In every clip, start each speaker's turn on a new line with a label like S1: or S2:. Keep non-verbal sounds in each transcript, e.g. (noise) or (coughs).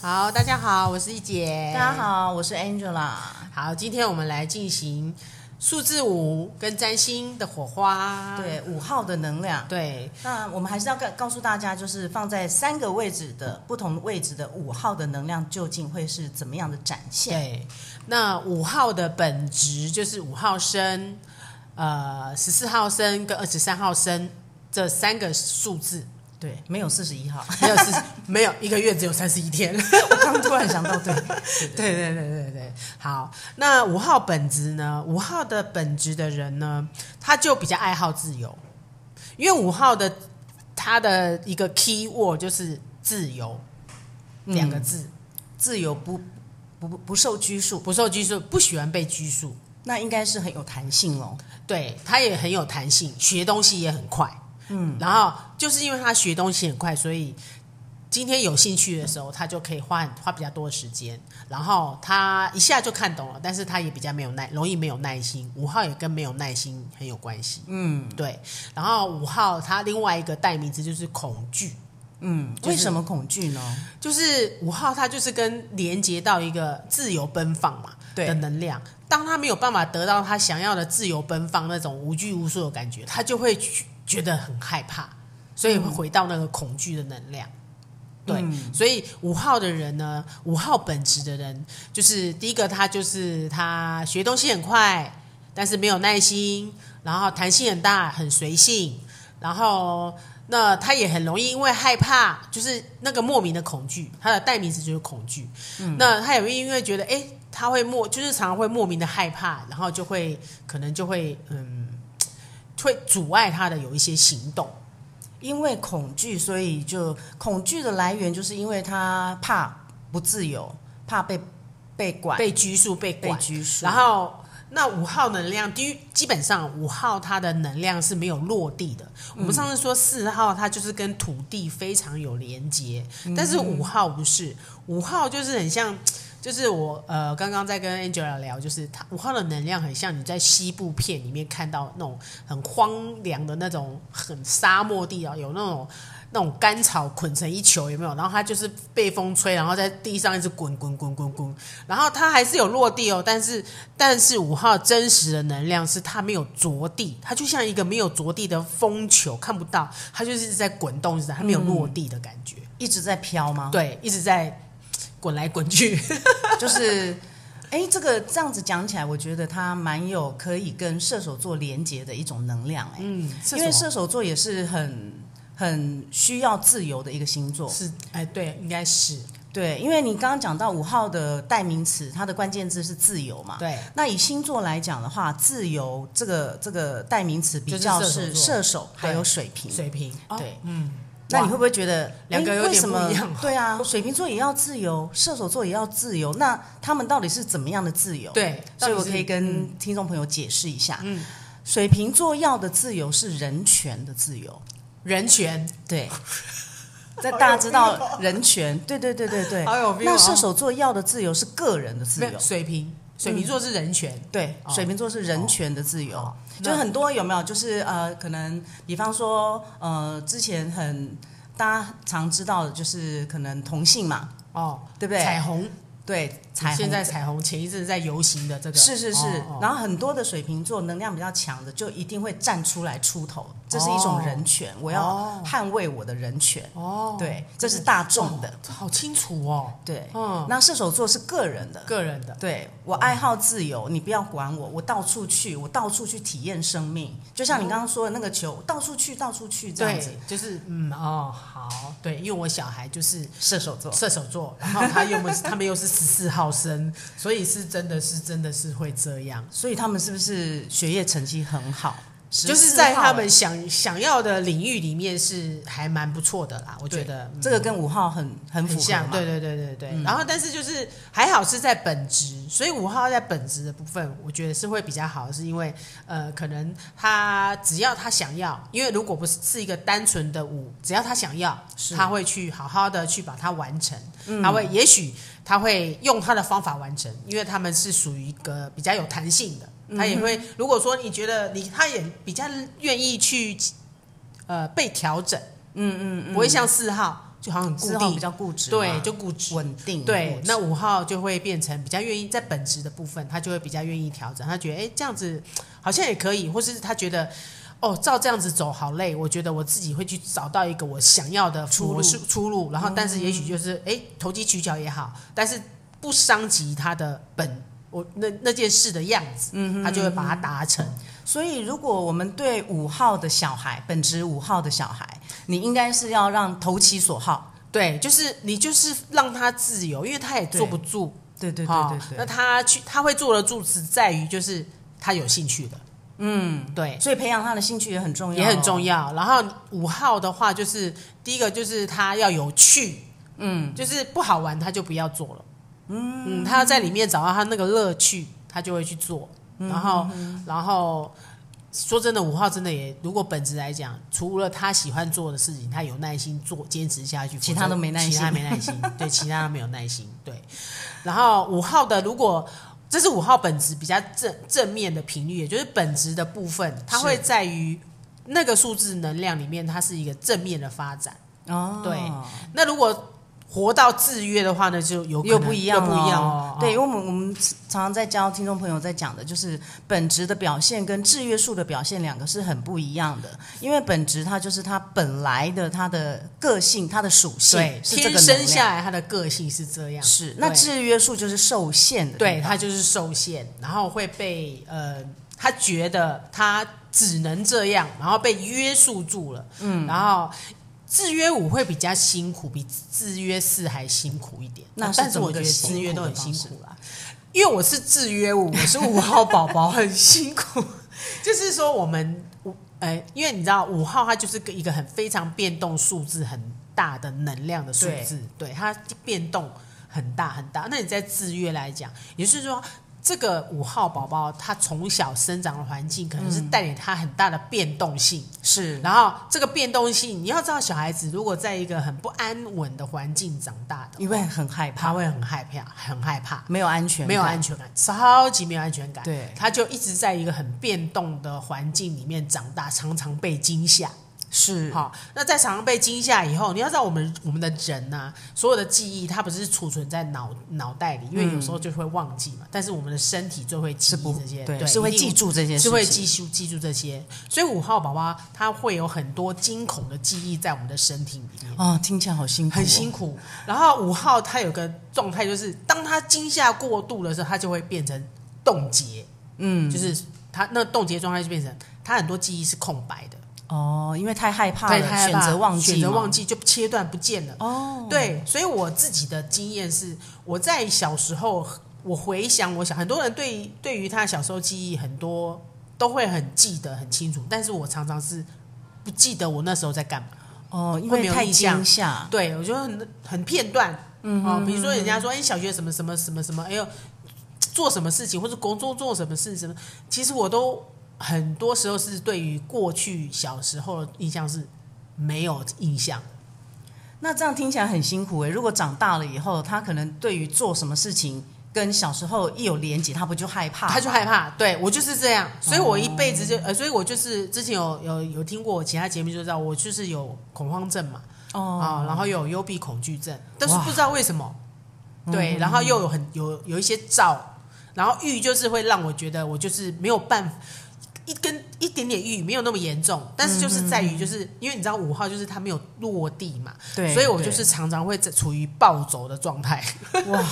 S1: 好，大家好，我是一姐。
S2: 大家。好，我是 Angela。
S1: 好，今天我们来进行数字五跟占星的火花。
S2: 对，五号的能量。
S1: 对，
S2: 那我们还是要告告诉大家，就是放在三个位置的不同位置的五号的能量究竟会是怎么样的展现？
S1: 对，那五号的本质就是五号生、呃十四号生跟二十三号生这三个数字，
S2: 对，没有四十一号， (laughs)
S1: 没有是 (laughs) 没有一个月只有三十一天。
S2: 我刚突然想到，对，
S1: 对对对对对，好。那五号本质呢？五号的本质的人呢，他就比较爱好自由，因为五号的他的一个 key word 就是自由 (laughs)
S2: 嗯
S1: 两个字，
S2: 自由不不不不受拘束，
S1: 不受拘束，不喜欢被拘束。
S2: 嗯那应该是很有弹性哦。
S1: 对，他也很有弹性，学东西也很快。嗯，然后就是因为他学东西很快，所以今天有兴趣的时候，他就可以花很花比较多的时间。然后他一下就看懂了，但是他也比较没有耐，容易没有耐心。五号也跟没有耐心很有关系。嗯，对。然后五号他另外一个代名词就是恐惧，
S2: 嗯，
S1: 就是
S2: 为什么恐惧呢？
S1: 就是五号他就是跟连接到一个自由奔放嘛
S2: 对
S1: 的能量。当他没有办法得到他想要的自由奔放那种无拘无束的感觉，他就会去觉得很害怕，所以会回到那个恐惧的能量。对，所以五号的人呢，五号本质的人，就是第一个他就是他学东西很快，但是没有耐心，然后弹性很大，很随性，然后那他也很容易因为害怕，就是那个莫名的恐惧，他的代名词就是恐惧。那他也会因为觉得，哎，他会莫就是常常会莫名的害怕，然后就会可能就会嗯，会阻碍他的有一些行动。
S2: 因为恐惧，所以就恐惧的来源就是因为他怕不自由，怕被被管、
S1: 被拘束、被
S2: 被
S1: 管。
S2: 拘束，
S1: 然后那五号能量，第一基本上五号它的能量是没有落地的。我们上次说四号它就是跟土地非常有连接，但是五号不是，五号就是很像。就是我呃，刚刚在跟 Angela 聊，就是他五号的能量很像你在西部片里面看到那种很荒凉的那种很沙漠地啊，有那种那种干草捆成一球，有没有？然后它就是被风吹，然后在地上一直滚滚滚滚滚，然后它还是有落地哦，但是但是五号真实的能量是它没有着地，它就像一个没有着地的风球，看不到，它就是一直在滚动，一直在它没有落地的感觉，
S2: 一直在飘吗？
S1: 对，一直在滚来滚去，
S2: 就是，哎，这个这样子讲起来，我觉得它蛮有可以跟射手座连接的一种能量，哎、
S1: 嗯，
S2: 因为射手座也是很很需要自由的一个星座。
S1: 是哎对，应该是
S2: 对，因为你刚刚讲到五号的代名词，它的关键字是自由嘛。
S1: 对，
S2: 那以星座来讲的话，自由这个这个代名词比较
S1: 就是射手
S2: 是
S1: 座
S2: 射手
S1: 对
S2: 还有水瓶。
S1: 水平
S2: 对
S1: 嗯，
S2: 哦那你
S1: 哇
S2: 会不会觉得
S1: 两个
S2: 诶
S1: 有点
S2: 为什么
S1: 不一样哦
S2: 对啊，水瓶座也要自由，射手座也要自由，那他们到底是怎么样的自由？
S1: 对，
S2: 所以我可以
S1: 嗯
S2: 跟听众朋友解释一下，
S1: 嗯
S2: 水瓶座要的自由是人权的自由，
S1: 人权 (laughs)
S2: 对。这
S1: 好有
S2: 大家知
S1: 病哦
S2: 道人权，对对对对对。
S1: 好有病哦
S2: 那射手座要的自由是个人的自
S1: 没
S2: 由嗯
S1: 有，水平，水瓶座是人权，
S2: 对，
S1: 哦
S2: 水瓶座是人权的自由。
S1: 哦
S2: 就
S1: 那
S2: 很多有没有？就是呃，可能比方说呃，之前很大家常知道的就是可能同性嘛，
S1: 哦，
S2: 对不对？
S1: 彩虹，
S2: 对，彩虹
S1: 现在彩虹前一阵在游行的这个
S2: 是是是，
S1: 哦哦
S2: 然后很多的水瓶座能量比较强的，就一定会站出来出头，这是一种人权，我要
S1: 哦
S2: 捍卫我的人权，
S1: 哦，
S2: 对，这是大众的，
S1: 好清楚哦，
S2: 对。
S1: 嗯，
S2: 那射手座是个人的，
S1: 个人的
S2: 对我爱好自由，你不要管我，我到处去，我到处去体验生命，就像你刚刚说的那个球，到处去，到处去这样子
S1: 对。，就是嗯哦好，对，因为我小孩就是
S2: 射手座，
S1: 射手座，然后他又不是他们又是十四号生，所以是真的是真的是会这样，
S2: 所以他们是不是学业成绩很好？
S1: 就是在他
S2: 14
S1: 们想想要的领域里面是还蛮不错的啦，我觉得嗯
S2: 号这个跟五号很很符
S1: 很
S2: 合
S1: 像，
S2: 嘛？嗯
S1: 对对对对对。然后，但是就是还好是在本职，所以五号在本职的部分，我觉得是会比较好，是因为呃，可能他只要他想要，因为如果不是是一个单纯的五，只要他想要，
S2: 是嗯
S1: 他会去好好的去把它完成，他会也许他会用他的方法完成，因为他们是属于一个比较有弹性的。
S2: 嗯
S1: 他也会，如果说你觉得你，他也比较愿意去，呃，被调整，嗯嗯嗯，不会像四号，就好像很固
S2: 四号
S1: 定，
S2: 比较固执嘛，
S1: 对，就固执。
S2: 稳定。
S1: 对
S2: 固，执
S1: 那五号就会变成比较愿意在本质的部分，他就会比较愿意调整。他觉得哎、诶这样子好像也可以，或是他觉得哦，照这样子走好累，我觉得我自己会去找到一个我想要的
S2: 出路嗯
S1: 模式出路。然后，但是也许就是哎、诶投机取巧也好，但是不伤及他的本我那那件事的样子，
S2: 嗯
S1: 他就会把它达成。
S2: 所以，如果我们对五号的小孩，本职五号的小孩，你应该是要让投其所好。
S1: 对，就是你就是让他自由，因为他也坐不住。
S2: 对对
S1: 好，
S2: 对对
S1: 那
S2: 对。
S1: 他去他会坐得住，只在于就是他有兴趣的，嗯，对，
S2: 所以培养他的兴趣也很重要、
S1: 也很重
S2: 要。
S1: 要。然后五号的话，就是第一个就是他要有趣，嗯，就是不好玩他就不要做了，嗯他要在里面找到他那个乐趣，他就会去做。
S2: 嗯
S1: 然后，然后说真的，五号真的也，如果本质来讲，除了他喜欢做的事情，他有耐心做，坚持下去，
S2: 其他都没耐心
S1: 其他没耐心，对，其他没有耐心，对。然后五号的，如果这是五号本质比较正正面的频率，也就是本质的部分，它
S2: 是
S1: 会在于那个数字能量里面，它是一个正面的发展。
S2: 哦，
S1: 对那如果活到制约的话呢，就有可能
S2: 又不一样、
S1: 又不一样哦。
S2: 对，因
S1: 哦，
S2: 为我们我们常常在教听众朋友在讲的，就是本职的表现跟制约数的表现两个是很不一样的。因为本职它就是它本来的它的个性、它的属性
S1: 对，
S2: 是这
S1: 天
S2: 个
S1: 生
S2: 能量
S1: 下来他的个性是这样，
S2: 是。那
S1: 对
S2: 制约数就是受限的，
S1: 对
S2: 吧
S1: 他就是受限，然后会被呃，他觉得他只能这样，然后被约束住了。嗯，然后制约五会比较辛苦，比制约四还辛苦一点。
S2: 那是
S1: 啊但是
S2: 怎么
S1: 我觉
S2: 个
S1: 得
S2: 辛
S1: 制约
S2: 苦
S1: 都
S2: 的
S1: 很
S2: 方
S1: 辛
S2: 式
S1: 苦啦，因为我是制约五，我是五号宝宝，很辛苦。 (laughs) 就是说我们五哎，因为你知道五号它就是个一个很非常变动数字很大的能量的数字，对它变动很大很大。那你在制约来讲，也就是说。这个五号宝宝，他从小生长的环境可能是带给他很大的变动性，
S2: 是
S1: 然后这个变动性，你要知道，小孩子如果在一个很不安稳的环境长大的，
S2: 因为很害
S1: 他
S2: 怕，
S1: 会很害怕，很害怕，
S2: 没有安全感，
S1: 没有安全感，超级没有安全感。
S2: 对
S1: 他就一直在一个很变动的环境里面长大，常常被惊吓。
S2: 是
S1: 好，那在常常被惊吓以后，你要知道我们我们的人呐、所有的记忆它不是储存在脑脑袋里，因为有时候就会忘记嘛。但是我们的身体最会记
S2: 是
S1: 忆
S2: 不
S1: 这些，
S2: 对，
S1: 对，
S2: 是会
S1: 一定
S2: 记住这件事情，
S1: 是会记住记住这些。所以五号宝宝他会有很多惊恐的记忆在我们的身体里面。
S2: 哦，听起来好辛苦、哦，
S1: 很辛苦。然后五号他有个状态，就是当他惊吓过度的时候，他就会变成冻结，嗯，就是他那冻结状态就变成他很多记忆是空白的，
S2: 哦，因为太害怕
S1: 对
S2: 了，
S1: 他害
S2: 选
S1: 怕
S2: 择忘记，
S1: 选择忘
S2: 记，
S1: 记就切断不见了。
S2: 哦，
S1: 对，所以我自己的经验是，我在小时候，我回想我想，很多人对对于他小时候记忆很多都会很记得很清楚，但是我常常是不记得我那时候在干嘛。
S2: 哦，因
S1: 会
S2: 为
S1: 没有
S2: 太
S1: 印象
S2: 惊吓，
S1: 对，我觉得很很片段。嗯，哦，比如说人家说，哎，你小学什么什么什么什么，哎呦，做什么事情或者工作做什么事什么，其实我都很多时候是对于过去小时候的印象是没有印象。
S2: 那这样听起来很辛苦诶、欸如果长大了以后，他可能对于做什么事情跟小时候一有连结，他不就害怕？哦
S1: 他就害怕。对我就是这样，所以我一辈子就、呃，所以我就是之前有有有听过我其他节目就知道，我就是有恐慌症嘛，啊、
S2: 哦，
S1: 然后有幽闭恐惧症，但是
S2: 哇嗯
S1: 不知道为什么，对，然后又有很有有一些躁，然后郁就是会让我觉得我就是没有办法。一根一点点郁没有那么严重，但是就是在于，就是、因为你知道五号就是他没有落地嘛，
S2: 嗯对，
S1: 所以我就是常常会在处于暴走的状态。
S2: 对哇。 (laughs)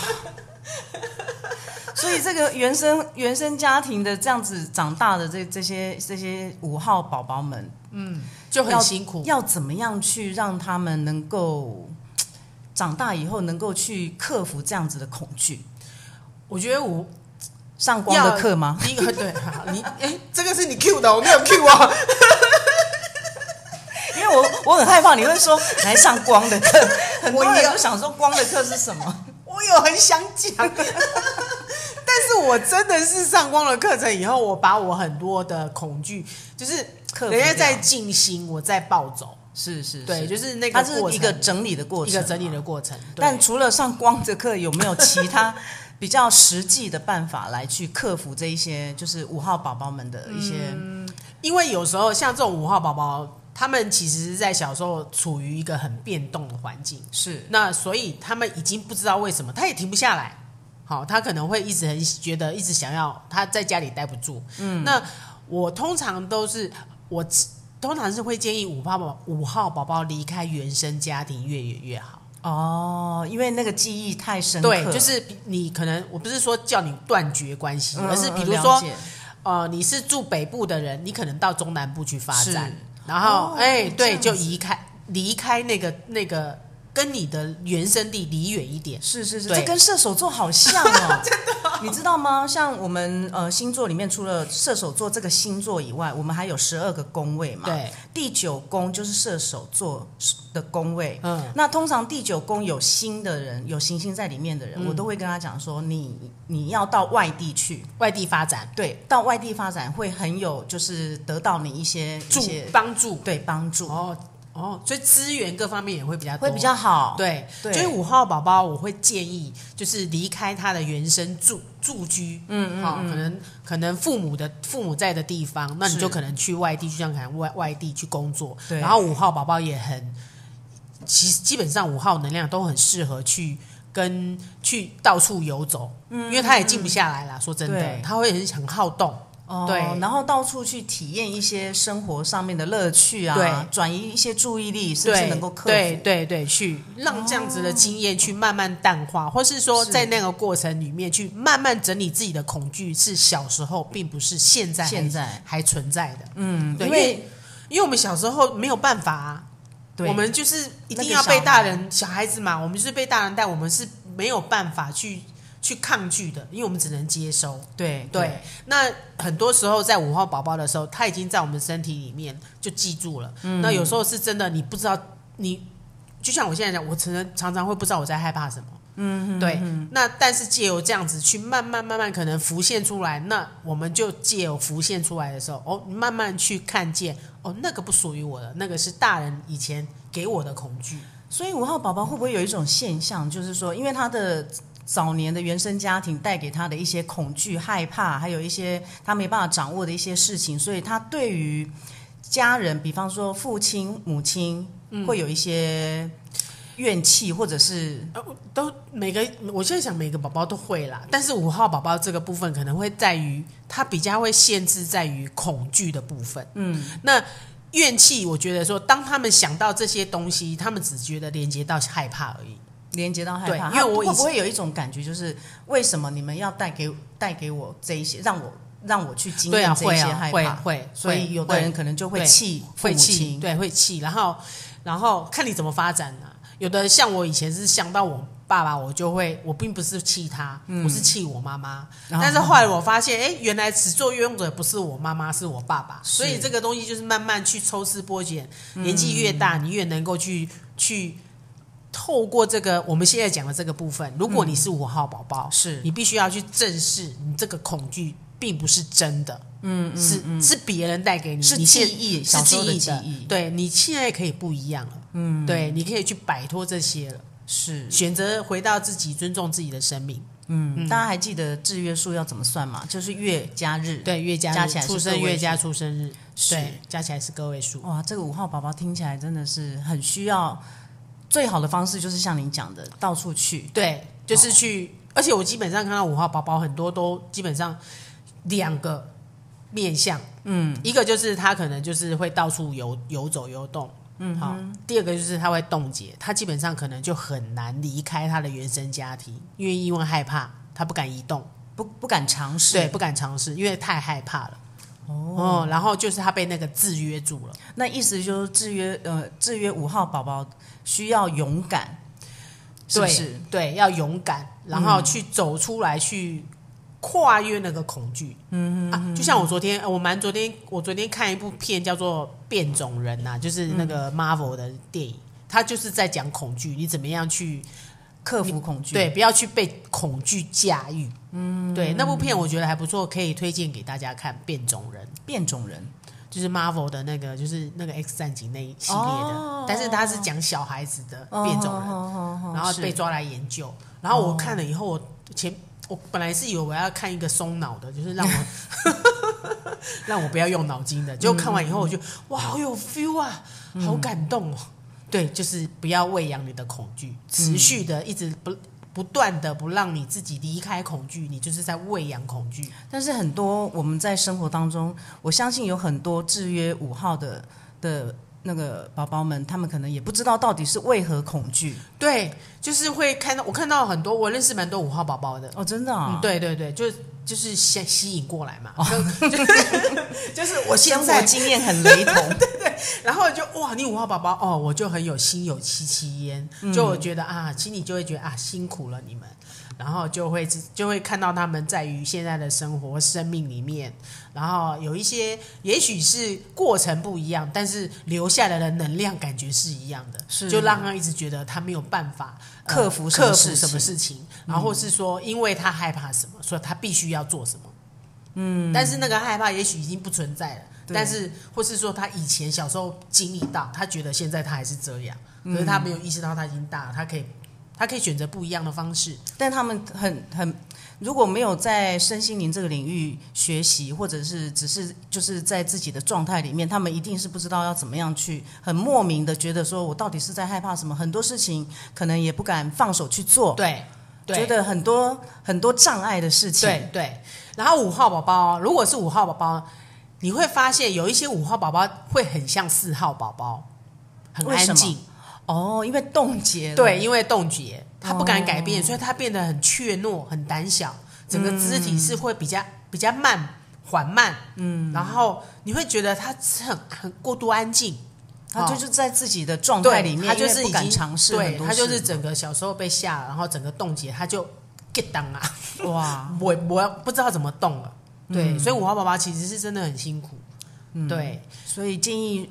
S2: 所以这个原生原生家庭的这样子长大的这这些这些五号宝宝们，
S1: 就
S2: 要
S1: 很辛苦，
S2: 要怎么样去让他们能够长大以后能够去克服这样子的恐惧？
S1: 我觉得五
S2: 上光的课吗？
S1: 第一个对，好你哎，这个是你 Q 的，我没有 Q 啊。
S2: (laughs) 因为我我很害怕你会 (laughs) 说来上光 (laughs) 的课，很
S1: 我
S2: 多
S1: 也
S2: 人
S1: 要
S2: 都想说光的课是什么？
S1: 我有很想讲，但是我真的是上光了课程以后，我把我很多的恐惧，就是
S2: 克服
S1: 人家在
S2: 掉
S1: 静心，我在暴走，
S2: 是是
S1: 对，
S2: 是
S1: 就是那个
S2: 它是
S1: 过
S2: 一
S1: 程
S2: 个整理的过程，啊
S1: 一个整理的。过程。对
S2: 但除了上光的课，有没有其
S1: (laughs)
S2: 他比较实际的办法来去克服
S1: 嗯
S2: 这一些，就是五号宝宝们的一些？
S1: 因为有时候像这种五号宝宝，他们其实是在小时候处于一个很变动的环境，
S2: 是
S1: 那所以他们已经不知道为什么，他也停不下来。好，他可能会一直很觉得一直想要他在家里待不住。嗯，那我通常都是我通常是会建议五号宝五号宝宝离开原生家庭越远越好。
S2: 哦，因为那个记忆太深刻，
S1: 对，就是你可能我不是说叫你断绝关系，
S2: 嗯
S1: 而是
S2: 嗯
S1: 比如
S2: 了
S1: 说
S2: 解
S1: 呃，你是住北部的人，你可能到中南部去发展
S2: 是，
S1: 然后
S2: 哦
S1: 哎、
S2: 这
S1: 对，
S2: 样
S1: 就
S2: 子
S1: 移开离开那个那个跟你的原生地离远一点。
S2: 是是是，
S1: 对
S2: 这跟射手座好
S1: (laughs)
S2: 像哦，真的、你知道吗？像我们呃星座里面，除了射手座这个星座以外，我们还有十二个宫位嘛。，
S1: 对，
S2: 第九宫就是射手座的宫位。
S1: 嗯，
S2: 那通常第九宫有星的人，有行星在里面的人，
S1: 嗯
S2: 我都会跟他讲说，你你要到外地去，
S1: 外地发展
S2: 对，到外地发展会很有，就是得到你一些一
S1: 助
S2: 些
S1: 帮助
S2: 对帮助，
S1: 哦哦，所以资源各方面也会比较多
S2: 会比较好。，
S1: 对，
S2: 对
S1: 所以五号宝宝，我会建议就是离开他的原生住住居，嗯嗯，好、可能可能父母的父母在的地方，那你
S2: 是
S1: 就可能去外地，就像可能外外地去工作，
S2: 对
S1: 然后五号宝宝也很，其实基本上五号能量都很适合去。跟去到处游走，因为他也静不下来啦。说真的
S2: 嗯对，
S1: 他会很很好动，
S2: 哦，
S1: 对
S2: 然后到处去体验一些生活上面的乐趣啊，
S1: 对
S2: 转移一些注意力，是不是
S1: 对
S2: 能够克服？
S1: 对对对，去让这样子的经验去慢慢淡化，或是说
S2: 是
S1: 在那个过程里面去慢慢整理自己的恐惧，是小时候并不是现在还
S2: 现在
S1: 还存在的，嗯对，因
S2: 因为
S1: 为因为我们小时候没有办法、啊，
S2: 对
S1: 我们就是一定
S2: 那个
S1: 要被
S2: 小
S1: 大
S2: 孩
S1: 人小孩子嘛，我们是被大人带，我们是没有办法去去抗拒的，因为我们只能接收。
S2: 对
S1: 对，那很多时候在五号宝宝的时候，他已经在我们身体里面就记住了。那有时候是真的，你不知道你，就像我现在讲，我常常常常会不知道我在害怕什么。嗯，对。那但是借由这样子去慢慢慢慢可能浮现出来，那我们就借由浮现出来的时候，哦，慢慢去看见，哦，那个不属于我的，那个是大人以前给我的恐惧。
S2: 所以五号宝宝会不会有一种现象，就是说，因为他的早年的原生家庭带给他的一些恐惧、害怕，还有一些他没办法掌握的一些事情，所以他对于家人，比方说父亲、母亲，
S1: 嗯
S2: 会有一些怨气，或者是
S1: 呃，我都每个，我现在想每个宝宝都会啦，但是五号宝宝这个部分可能会在于他比较会限制在于恐惧的部分。嗯，那怨气，我觉得说，当他们想到这些东西，他们只觉得连接到害怕而已。
S2: 连接到害怕。
S1: 对因为我以
S2: 他会不
S1: 前
S2: 会有一种感觉，就是为什么你们要带给带给我这一些，让我让我去经
S1: 对啊，
S2: 验这一
S1: 会
S2: 些
S1: 啊，
S2: 害
S1: 会
S2: 怕？
S1: 会，
S2: 所以有的
S1: 会
S2: 人可能就会
S1: 对
S2: 气父
S1: 会
S2: 母
S1: 气，
S2: 亲，
S1: 对，会气，然后然后看你怎么发展啊。有的像我以前是想到我爸爸，我就会，我并不是气他，我是气我妈妈。
S2: 然后
S1: 但是后来我发现，哎，原来始作俑者不是我妈妈，是我爸爸。
S2: 是
S1: 所以这个东西就是慢慢去抽丝剥茧，年纪越大，你越能够去去。透过这个我们现在讲的这个部分，如果你是五号宝宝，
S2: 是
S1: 你必须要去正视你这个恐惧并不是真的，嗯，是是别人带给你，
S2: 是
S1: 你现
S2: 嗯记忆
S1: 是
S2: 小时候的
S1: 记忆
S2: 记忆
S1: 对你现在可以不一样了，嗯，对，你可以去摆脱这些了，
S2: 是。嗯
S1: 选择回到自己，尊重自己的生命，
S2: 大家还记得制约数要怎么算吗？就是月加日。，
S1: 对，月加
S2: 加
S1: 日
S2: 起来是
S1: 出
S2: 个
S1: 生
S2: 位
S1: 月
S2: 数
S1: 加出生日，
S2: 是
S1: 对，加起来是个位数，
S2: 哇，这个五号宝宝听起来真的是很需要。最好的方式就是像您讲的，到处去。
S1: 对，就是去，而且我基本上看到五号宝宝很多都基本上两个面向，嗯，一个就是他可能就是会到处游游走游动，嗯，好，第二个就是他会冻结，他基本上可能就很难离开他的原生家庭，因为因为害怕，他不敢移动，
S2: 不不敢尝试。
S1: 对，，不敢尝试，因为太害怕了。哦、然后就是他被那个制约住了，
S2: 那意思就是制约呃制约五号宝宝需要勇敢，是不
S1: 对
S2: 是？
S1: 对，要勇敢，然后去走出来，去跨越那个恐惧。嗯啊，就像我昨天，呃我蛮昨天，我昨天看一部片叫做《变种人》呐、就是那个 Marvel 的电影，它就是在讲恐惧，你怎么样去
S2: 克服恐惧。
S1: 对，不要去被恐惧驾驭。嗯，对，那部片我觉得还不错，可以推荐给大家看《变种人》。
S2: 变种人
S1: 就是 Marvel 的那个，就是那个 X 战警那一系列的，
S2: 哦
S1: 但是它是讲小孩子的变种人，然后
S2: 是哦
S1: 被抓来研究。然后我看了以后，我前我本来是以为我要看一个松脑的，就是让我
S2: (laughs)
S1: (laughs) 让我不要用脑筋
S2: 嗯
S1: 的。结果看完以后，我就哇，好有 feel 啊，好感动哦。对，就是不要喂养你的恐惧，
S2: 嗯
S1: 持续的一直不不断的不让你自己离开恐惧，你就是在喂养恐惧。
S2: 但是很多我们在生活当中，我相信有很多制约五号的的那个宝宝们，他们可能也不知道到底是为何恐惧
S1: 对，就是会看到我看到很多，我认识蛮多五号宝宝的。
S2: 哦，真的啊
S1: 嗯，，对对对，就就是吸吸引过来嘛，
S2: 哦
S1: 就就是 (laughs) 我现
S2: 生活
S1: 在
S2: 经验很
S1: (laughs)
S2: 雷同，
S1: 然后就哇，你五号宝宝哦，我就很有心有戚戚焉，
S2: 嗯
S1: 就我觉得啊，心里就会觉得啊，辛苦了你们，然后就会就会看到他们在于现在的生活生命里面，然后有一些也许是过程不一样，但是留下来的能量感觉是一样的，
S2: 是
S1: 就让他一直觉得他没有办法、呃
S2: 克服什么
S1: 克服
S2: 事
S1: 什么
S2: 情嗯
S1: 事情，然后或是说因为他害怕什么，所以他必须要做什么。但是那个害怕也许已经不存在了，
S2: 嗯对
S1: 但是或是说他以前小时候经历到，他觉得现在他还是这样，可
S2: 嗯
S1: 是他没有意识到他已经大了，他可以他可以选择不一样的方式。
S2: 但他们很很，如果没有在身心灵这个领域学习，或者是只是就是在自己的状态里面，他们一定是不知道要怎么样去，很莫名的觉得说我到底是在害怕什么，很多事情可能也不敢放手去做，
S1: 对，
S2: 哦觉
S1: 对，
S2: 得很多很多障碍的事情，
S1: 对对。然后五号宝宝，如果是五号宝宝，你会发现有一些五号宝宝会很像四号宝宝，很
S2: 为什
S1: 安
S2: 么
S1: 静。
S2: 哦，因为冻结了，
S1: 对，，因为冻结，他不敢改变，
S2: 哦
S1: 所以他变得很怯懦、很胆小，整个肢
S2: 嗯
S1: 体是会比较比较慢、缓慢，嗯，然后你会觉得他是很很过度安静，
S2: 他就
S1: 哦
S2: 是在自己的状态
S1: 对，
S2: 里面，
S1: 他就
S2: 因为
S1: 是
S2: 不
S1: 已
S2: 敢
S1: 经
S2: 尝试很
S1: 对
S2: 多
S1: 他就是
S2: 事
S1: 整个小时候被吓，然后整个冻结，他就 get down 啊， (laughs)
S2: 哇，
S1: 我我不知道怎么动了，对，
S2: 嗯
S1: 所以五号宝宝其实是真的很辛苦，对，
S2: 所以建议，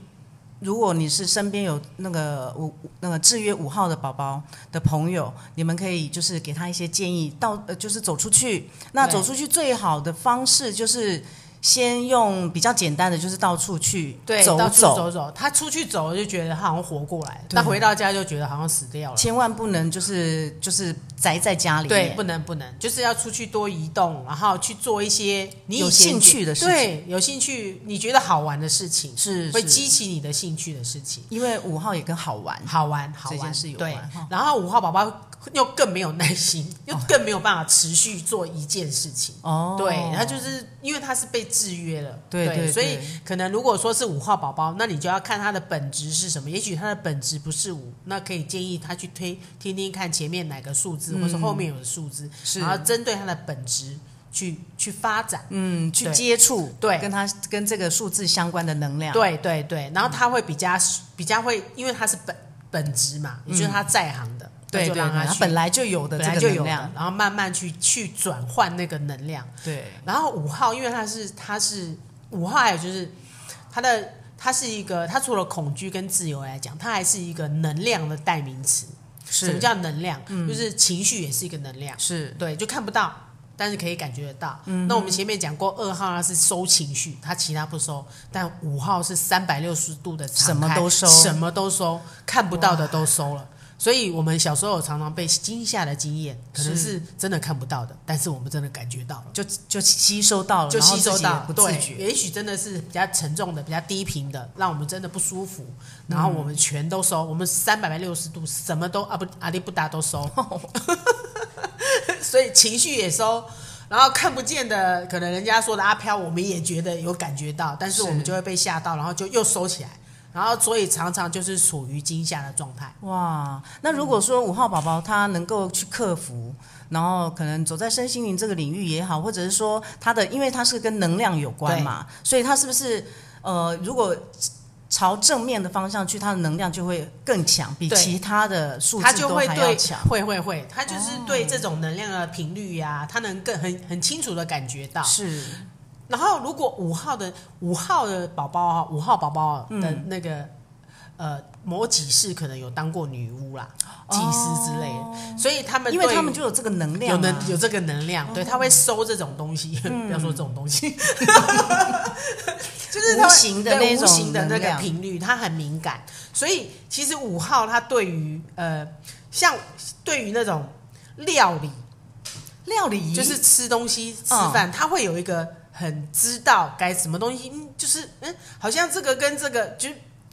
S2: 如果你是身边有那个五那个制约五号的宝宝的朋友，你们可以就是给他一些建议，到呃就是走出去。那
S1: 对
S2: 走出去最好的方式就是先用比较简单的，就是到处去
S1: 对，
S2: 走
S1: 到处走走，他出去走就觉得他好像活过来了，
S2: 对
S1: 那回到家就觉得好像死掉了。
S2: 千万不能就是就是宅在家里
S1: 对，
S2: 面。
S1: 不能不能，就是要出去多移动，然后去做一些你
S2: 有
S1: 以前
S2: 兴趣的事情
S1: 对，有兴趣你觉得好玩的事情，
S2: 是
S1: 会
S2: 是
S1: 激起你的兴趣的事情，
S2: 因为五号也跟好玩，
S1: 好玩好
S2: 这件
S1: 玩
S2: 事有
S1: 对
S2: 玩哈，
S1: 然后五号宝宝又更没有耐心，又更没有办法持续做一件事情。
S2: 哦
S1: 对，他就是因为他是被制约了，
S2: 对对
S1: 所以
S2: 对
S1: 可能如果说是五号宝宝，那你就要看他的本质是什么。也许他的本质不是五，那可以建议他去推听听看前面哪个数字，或
S2: 嗯
S1: 是后面有的数字，
S2: 是
S1: 然后针对他的本质去去发展。
S2: 嗯，去
S1: 对
S2: 接触，
S1: 对
S2: 跟他跟这个数字相关的能量，，
S1: 对对对，然后他会比较比较会，因为他是本本质嘛，也就是他在行的，
S2: 嗯
S1: 那
S2: 对对
S1: 就
S2: 对，
S1: 让
S2: 他
S1: 去
S2: 本来就有的
S1: 本
S2: 这
S1: 来
S2: 个
S1: 就
S2: 能
S1: 有的，
S2: 量，
S1: 然后慢慢去去转换那个能量。
S2: 对，
S1: 然后五号，因为他是他是五号，还有就是他的他是一个，他除了恐惧跟自由来讲，他还是一个能量的代名词。什么
S2: 是嗯
S1: 叫能量？就是情绪也是一个能量，
S2: 是嗯
S1: 对，就看不到，但是可以感觉得到。那我们前面讲过，二号它是收情绪，它其他不收，但五号是三百六十度的敞
S2: 什么
S1: 开
S2: 都收
S1: 什么都收，看不到的都收了。所以我们小时候有常常被惊吓的经验，可能
S2: 是
S1: 是真的看不到的，但是我们真的感觉到了。
S2: 就就吸收到了，
S1: 就吸收
S2: 哦然
S1: 到
S2: 后自己也不自
S1: 对，
S2: 觉，
S1: 也许真的是比较沉重的、比较低频的，让我们真的不舒服。
S2: 嗯
S1: 然后我们全都收，我们三百六十度什么都啊不阿里不达都收， (laughs) 所以情绪也收。然后看不见的，可能人家说的阿飘，我们也觉得有感觉到，但是我们
S2: 是
S1: 就会被吓到，然后就又收起来，然后所以常常就是处于惊吓的状态。
S2: 哇，那如
S1: 嗯
S2: 果说五号宝宝他能够去克服，然后可能走在身心灵这个领域也好，或者是说他的，因为他是跟能量有关嘛，所以他是不是呃，如果朝正面的方向去，他的能量就会更强，比
S1: 对
S2: 其他的数
S1: 他
S2: 字
S1: 就
S2: 都
S1: 会
S2: 还要
S1: 对
S2: 强。，哦
S1: 会会会，他就是对这种能量的频率呀、他能更很很清楚的感觉到。
S2: 是
S1: 然后，如果五号的五号的宝宝啊，五号宝宝的那个、
S2: 嗯
S1: 呃某几世可能有当过女巫啦、祭司之类的，所以他们
S2: 哦因为
S1: 对
S2: 他们就有这个能量、哦嗯
S1: 有
S2: 啊，
S1: 能有这个能量，对，他会收这种东西，不要说这种东
S2: (laughs)
S1: 西，就是他会
S2: 无形的
S1: 对
S2: 那种
S1: 无形的那
S2: 能
S1: 个
S2: 量
S1: 频率，他很敏感，所以其实五号他对于呃像对于那种料理，
S2: 料理，嗯
S1: 就是吃东西、吃饭，他会有一个很知道该什么东西，嗯，就是嗯，好像这个跟这个就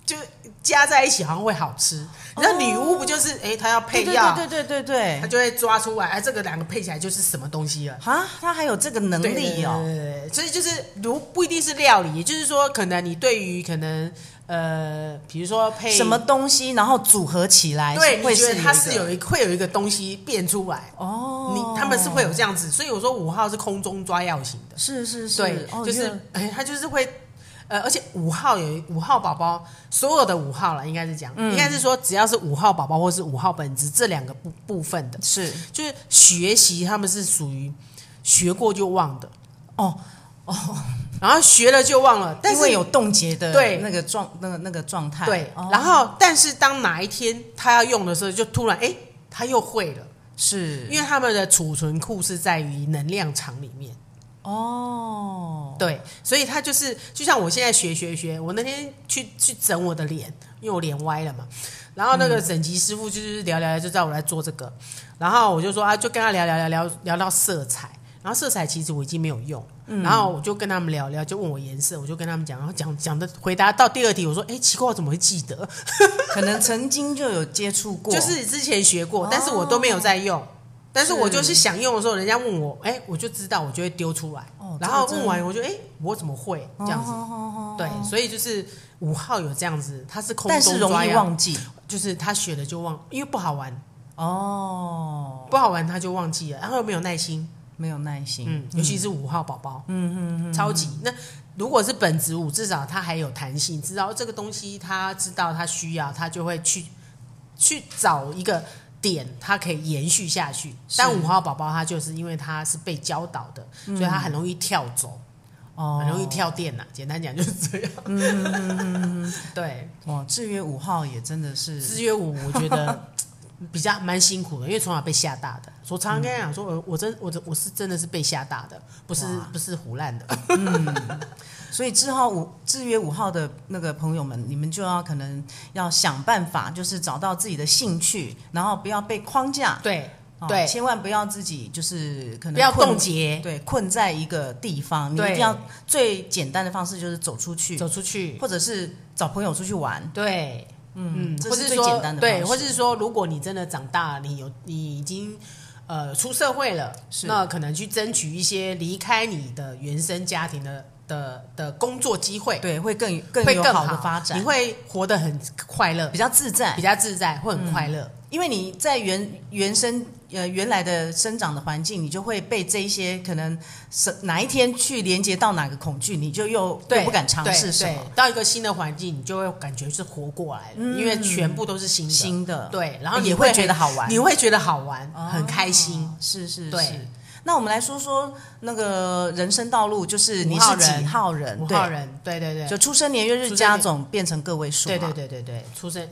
S1: 就加在一起，好像会好吃。那
S2: 哦
S1: 女巫不就是哎、她要配
S2: 对对
S1: 药，
S2: 对对对对
S1: 她
S2: 对，
S1: 就会抓出来，哎、这个两个配起来就是什么东西了。
S2: 啊，他还有这个能
S1: 对
S2: 力哦，
S1: 对对对对所以就是如不一定是料理，也就是说，可能你对于可能呃，比如说配
S2: 什么，东西然后组合起来，
S1: 对，
S2: 会
S1: 你觉得它是
S2: 一个
S1: 有一会有一个东西变出来，
S2: 哦，
S1: 你他们是会有这样子，所以我说五号是空中抓药型的，
S2: 是是是，
S1: 对，
S2: 哦
S1: 就是
S2: 原来
S1: 哎、他就是会。呃，而且五号有五号宝宝，所有的五号了，应该是讲，应
S2: 嗯
S1: 该是说，只要是五号宝宝或是五号本子这两个部部分的，
S2: 是
S1: 就是学习，他们是属于学过就忘的，
S2: 哦，
S1: 然后学了就忘了，但
S2: 因
S1: 是
S2: 为有冻结的
S1: 对
S2: 那个状那个那个状态，
S1: 对，
S2: 哦
S1: 然后但是当哪一天他要用的时候，就突然哎、诶他又会了，
S2: 是
S1: 因为他们的储存库是在于能量场里面。
S2: 哦，
S1: 对，所以他就是就像我现在学学学，我那天去去整我的脸，因为我脸歪了嘛。然后那个整脊师傅就是聊聊聊，就叫我来做这个，然后我就说啊，就跟他聊聊聊聊聊到色彩，然后色彩其实我已经没有用，然后我就跟他们聊聊，就问我颜色，我就跟他们讲，然后讲讲的回答到第二题，我说哎、奇怪，我怎么会记得？
S2: 可能曾经就有接触过，哦
S1: 就是之前学过，但是我都没有在用。但是我就是想用的时候，人家问我，哎、我就知道，我就会丢出来。
S2: 哦
S1: 然后
S2: 这个真
S1: 问
S2: 的
S1: 完，
S2: 哦
S1: 我就哎、我怎么会这样子？对，所以就是五号有这样子，他是空
S2: 但是
S1: 中
S2: 容
S1: 抓
S2: 易
S1: 药，
S2: 忘记
S1: 就是他学了就忘，因为不好玩，
S2: 哦，
S1: 不好玩他就忘记了，然后又没有耐心。
S2: 没有耐心，
S1: 嗯，尤其是五号宝宝，嗯嗯嗯，超级。那如果是本子五，至少他还有弹性，知道这个东西，他知道他需要，他就会去去找一个点，他可以延续下去。
S2: 是
S1: 但五号宝宝他就是因为他是被教导的，所以他很容易跳走，
S2: 哦，
S1: 很容易跳电呐、简单讲就是这样。嗯 (laughs) 对，
S2: 哇，制约五号也真的是
S1: 制约五，我觉得比较蛮辛苦的，因为从小被吓大的。我常常跟他讲说，呃我我真我我是真的是被吓大的，不是
S2: 哇
S1: 不是胡乱的。
S2: 所以制号五制约五号的那个朋友们，你们就要可能要想办法，就是找到自己的兴趣，然后不要被框架，
S1: 对
S2: 哦
S1: 对
S2: 千万不要自己就是可能
S1: 不要
S2: 困
S1: 冻结，
S2: 对，困在一个地方，你一
S1: 对
S2: 定要最简单的方式就是走出去，
S1: 走出去。
S2: 嗯或者是找朋友出去玩，
S1: 对，嗯，
S2: 这
S1: 或
S2: 是
S1: 是
S2: 最
S1: 说
S2: 简单的方式。
S1: 对，或是说，如果你真的长大，你有你已经呃出社会了，
S2: 是
S1: 那可能去争取一些离开你的原生家庭的的的工作机会，
S2: 对会更更
S1: 会
S2: 有
S1: 更
S2: 好的发展，
S1: 你会活得很快乐
S2: 比，较自在
S1: 比，较自在，会很
S2: 嗯
S1: 快乐。
S2: 因为你在原原生呃原来的生长的环境，你就会被这一些可能是哪一天去连接到哪个恐惧，你就又
S1: 对，
S2: 又不敢尝试
S1: 对
S2: 什么
S1: 对到一个新的环境，你就会感觉是活过来了，因为全部都是新的。
S2: 嗯新的，，
S1: 对，然后
S2: 也
S1: 你
S2: 会
S1: 会
S2: 觉得好玩，
S1: 你会觉得好玩，很开心。
S2: 哦是是
S1: 对
S2: 是。那我们来说说那个人生道路，就是你
S1: 五号
S2: 是
S1: 人
S2: 几号人？
S1: 五
S2: 对
S1: 号人，对对对，
S2: 就出生年月日
S1: 出生年
S2: 加总变成个位数嘛。
S1: 对对对对对，出生，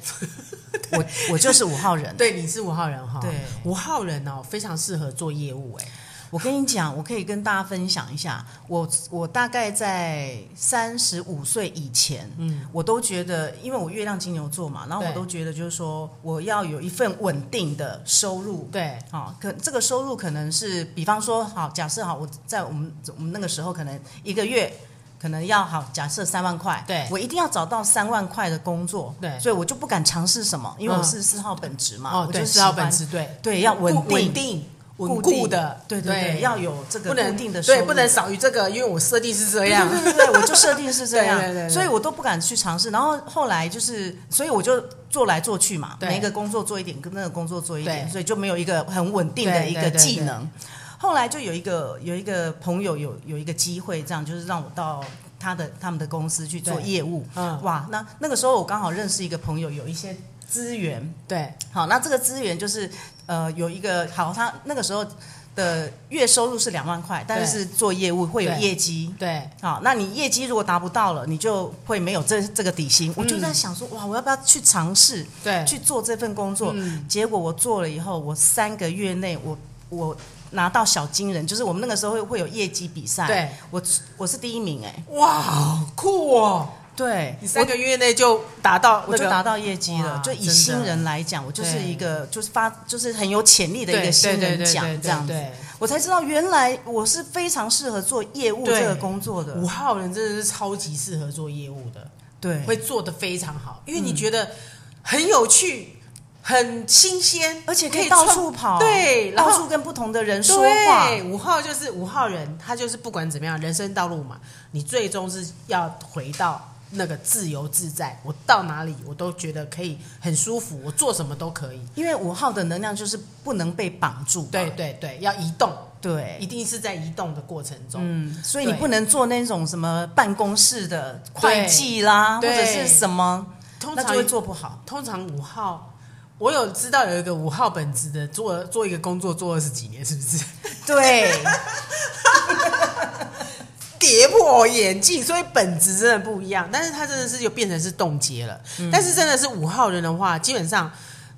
S2: 对，我我就是五号人。
S1: 对，你是五号人哈，
S2: 对，
S1: 五号人哦，非常适合做业务哎，
S2: 我跟你讲，我可以跟大家分享一下，我我大概在三十五岁以前，嗯，我都觉得，因为我月亮金牛座嘛，然后我
S1: 对
S2: 都觉得就是说，我要有一份稳定的收入。
S1: 对
S2: 好，可这个收入可能是，比方说，好，假设好，我在我们我们那个时候，可能一个月可能要好，假设三万块，
S1: 对
S2: 我一定要找到三万块的工作，
S1: 对
S2: 所以我就不敢尝试什么，因为我
S1: 嗯
S2: 是四号本职嘛，
S1: 哦，
S2: 啊我
S1: 对，
S2: 就
S1: 四号
S2: 喜欢
S1: 本职对，
S2: 对要稳
S1: 固
S2: 定
S1: 稳定稳
S2: 固
S1: 固
S2: 定
S1: 的，
S2: 对对对，要有这个
S1: 不能
S2: 固定的收入
S1: 对，不能少于这个，因为我设定是这
S2: 对
S1: 样，
S2: 对对对，我就设定是这样，
S1: (laughs) 对对对对
S2: 所以我都不敢去尝试。然后后来就是，所以我就做来做去嘛，
S1: 对
S2: 每一个工作做一点，跟那个工作做一点，
S1: 对
S2: 所以就没有一个很稳定的
S1: 对
S2: 一个
S1: 对对
S2: 技能。后来就有一个有一个朋友有有一个机会，这样就是让我到他的他们的公司去做
S1: 对
S2: 业务。
S1: 嗯，
S2: 哇，那那个时候我刚好认识一个朋友，有一些资源，
S1: 对
S2: 好，那这个资源就是呃有一个好，他那个时候的月收入是两万块，但是是做业务会有
S1: 对
S2: 业绩。
S1: 对
S2: 好，啊那你业绩如果达不到了，你就会没有这这个底薪。我就在想说，哇，我要不要去尝试
S1: 嗯对，
S2: 去做这份工作？
S1: 嗯
S2: 结果我做了以后，我三个月内我我拿到小金人，就是我们那个时候会会有业绩比赛，
S1: 对，
S2: 我我是第一名哎、
S1: 哇，好酷哦，
S2: 对，
S1: 你三个月内就达到、
S2: 我
S1: 那
S2: 就
S1: 个，
S2: 达到业绩了。
S1: 哇
S2: 就以
S1: 真的
S2: 新人来讲，我就是
S1: 对
S2: 一个就是发就是很有潜力的一
S1: 对
S2: 个新
S1: 对对
S2: 人
S1: 对
S2: 奖
S1: 对
S2: 这样子，
S1: 对
S2: 我才知道原来我是非常适合做业务
S1: 对
S2: 这个工作的
S1: 五。号人真的是超级适合做业务的，
S2: 对，嗯
S1: 会做得非常好，因为你觉得很有趣、很新鲜，
S2: 而且可
S1: 可
S2: 以
S1: 以
S2: 到
S1: 创
S2: 处跑，
S1: 对然
S2: 到
S1: 后
S2: 处跟不同的人说话。
S1: 对，五号就是五号人，他就是不管怎么样，人生道路嘛，你最终是要回到那个自由自在。我到哪里，我都觉得可以很舒服，我做什么都可以。
S2: 因为五号的能量就是不能被绑住嘛，
S1: 对对对，要移动，一
S2: 对，
S1: 定是在移动的过程中。
S2: 嗯，所以你
S1: 对
S2: 不能做那种什么办公室的会计啦，或
S1: 对
S2: 者是什么，
S1: 通
S2: 那
S1: 常
S2: 就会做不好。
S1: 通常五号，我有知道有一个五号本职的，做做一个工作做二十几年，是不是？ (laughs)
S2: 对，
S1: 跌破我眼镜，所以本质真的不一样。但是它真的是就变成是冻结了。
S2: 嗯
S1: 但是真的是五号人的话，基本上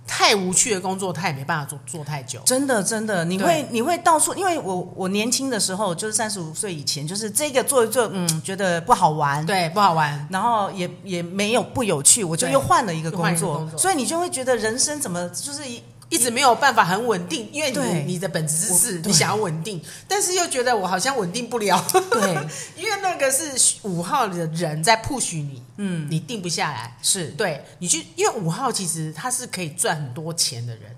S1: 太无趣的工作，他也没办法做做太久。
S2: 真的真的，你
S1: 对
S2: 会你会到处，因为我我年轻的时候就是三十五岁以前，就是这个做一做，嗯，觉得不好玩。
S1: 对，不好玩。
S2: 然后也也没有不有趣，我就
S1: 对
S2: 又换了一个
S1: 又
S2: 工
S1: 换一个
S2: 作，
S1: 工作
S2: 所以你就会觉得人生怎么就是一
S1: 一直没有办法很稳定，因为
S2: 对
S1: 你你的本质是
S2: 我
S1: 是
S2: 对
S1: 你想要稳定，但是又觉得我好像稳定不了，
S2: 对
S1: (laughs) 因为那个是五号的人在 push 你，嗯，你定不下来，
S2: 是
S1: 对你去，因为五号其实他是可以赚很多钱的人，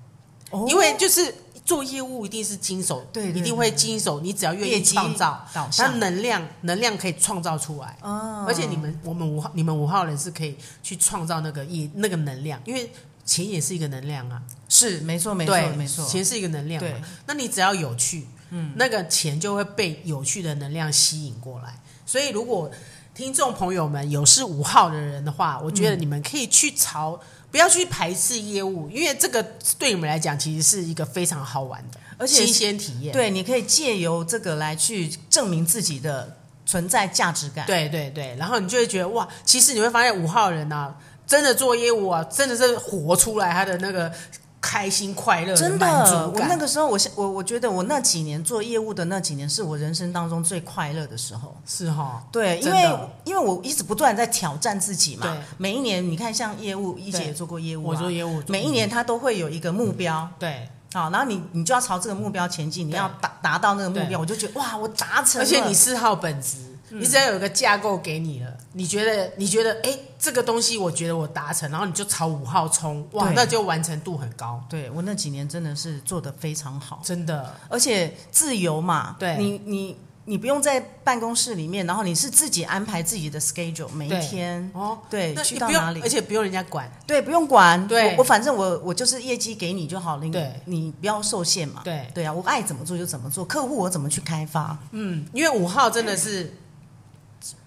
S2: 哦
S1: 因为就是做业务一定是经手，
S2: 对对对
S1: 一定会经手。你只要愿
S2: 业
S1: 意
S2: 绩
S1: 创造
S2: 导，
S1: 那
S2: 向
S1: 能量能量可以创造出来。
S2: 哦
S1: 而且你们我们五号你们五号人是可以去创造那个业那个能量，因为钱也是一个能量啊，
S2: 是没错没错
S1: 对，
S2: 没错，
S1: 钱是一个能量
S2: 对
S1: 嘛。那你只要有趣，嗯，那个钱就会被有趣的能量吸引过来。所以如果听众朋友们有是五号的人的话，我
S2: 嗯
S1: 觉得你们可以去朝，不要去排斥业务，因为这个对你们来讲其实是一个非常好玩的，
S2: 而且
S1: 新鲜体验。
S2: 对，你可以借由这个来去证明自己的存在价值感。
S1: 对对对，然后你就会觉得哇，其实你会发现五号人啊，真的做业务啊，真的是活出来他的那个开心快乐
S2: 真
S1: 满足
S2: 的，我
S1: 感
S2: 那个时候我，想，我我觉得我那几年做业务的那几年，是我人生当中最快乐的时候。
S1: 是哈、
S2: 对，因
S1: 真
S2: 为
S1: 的
S2: 因为我一直不断地在挑战自己嘛
S1: 对。
S2: 每一年，你看像业务，一姐也做过业务、
S1: 我
S2: 啊，
S1: 做业务，
S2: 每一年他都会有一个目标，
S1: 对。
S2: 好，然后你你就要朝这个目标前进，你
S1: 对
S2: 要达达到那个目
S1: 对
S2: 标，我就觉得哇，我达成
S1: 而
S2: 了。
S1: 且你四号本质，
S2: 嗯
S1: 你只要有个架构给你了，你觉得你觉得哎、诶这个东西我觉得我达成，然后你就朝五号冲，哇，
S2: 对
S1: 那就完成度很高，
S2: 对我那几年真的是做得非常好。
S1: 真的。
S2: 而且自由嘛，
S1: 对
S2: 你你你不用在办公室里面，然后你是自己安排自己的 schedule 每一
S1: 对
S2: 天，
S1: 哦，
S2: 对，
S1: 那
S2: 去
S1: 你
S2: 到
S1: 不
S2: 哪
S1: 用，
S2: 里
S1: 而，且不用人家管，
S2: 对，不用管，
S1: 对
S2: 我我反正我我就是业绩给你就好了，你
S1: 对
S2: 你不要受限嘛，
S1: 对
S2: 对啊，我爱怎么做就怎么做，客户我怎么去开发，
S1: 嗯，因为五号真的是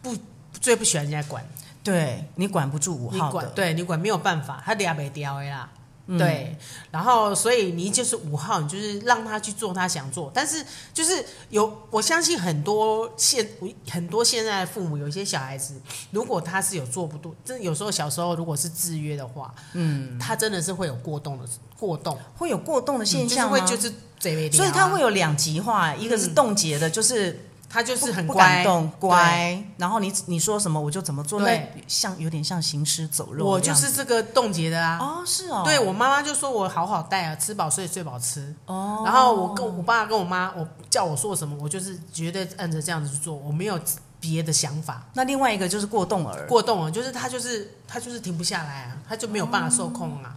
S1: 不最不喜欢人家管，
S2: 对你管不住五
S1: 你
S2: 号
S1: 管，
S2: 的，嗯
S1: 对你管没有办法，他俩没雕的啦。对，然后所以你就是五号，你就是让他去做他想做，但是就是有我相信很多现很多现在的父母有一些小孩子，如果他是有做不到，这有时候小时候如果是制约的话，嗯，他真的是会有过动的过动
S2: 会有过动的
S1: 嗯
S2: 现
S1: 就是
S2: 象吗啊
S1: 会就是啊贼没
S2: 所以他会
S1: 有
S2: 有两极化，一个是冻结的，就是
S1: 他嗯就
S2: 不
S1: 是很
S2: 不
S1: 乖
S2: 敢动，乖，然后你你说什么我就怎么做，那
S1: 对
S2: 像有点像行尸走肉，
S1: 我就是这个冻结的啊。
S2: 哦，是哦，
S1: 对我妈妈就说我好好带啊，吃饱睡，睡饱吃。
S2: 哦，
S1: 然后我跟我爸跟我妈，我叫我做什么，我就是绝对按着这样子去做，我没有别的想法。
S2: 那另外一个就是过动儿，
S1: 过动了，就是他就是他就是停不下来啊，他就没有办法受控啊。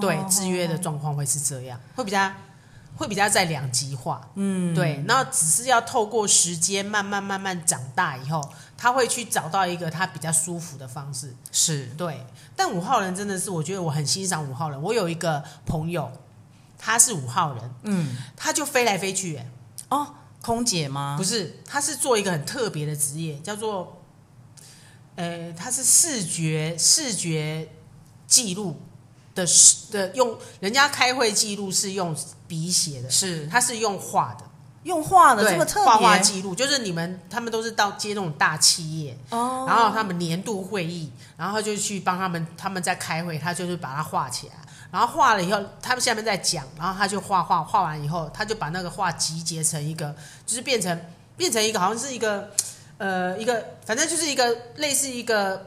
S1: 对，制约的状况会是这样，会比较会比较在两极化。嗯，对。那只是要透过时间慢慢慢慢长大以后，他会去找到一个他比较舒服的方式。
S2: 是
S1: 对，但五号人真的是，我觉得我很欣赏五号人。我有一个朋友，他是五号人，嗯，他就飞来飞去、欸，
S2: 哦，空姐吗
S1: 不？是，他是做一个很特别的职业，叫做，呃，他是视觉视觉记录的视的用，人家开会记录是用笔写的，
S2: 是
S1: 他是用画的，
S2: 用画的
S1: 对
S2: 这么特别，
S1: 画画记录，就是你们他们都是到接那种大企业，
S2: 哦，
S1: 然后他们年度会议，然后他就去帮他们，他们在开会，他就是把它画起来，然后画了以后，他们下面在讲，然后他就画画，画完以后，他就把那个画集结成一个，就是变成变成一个好像是一个呃一个，反正就是一个类似一个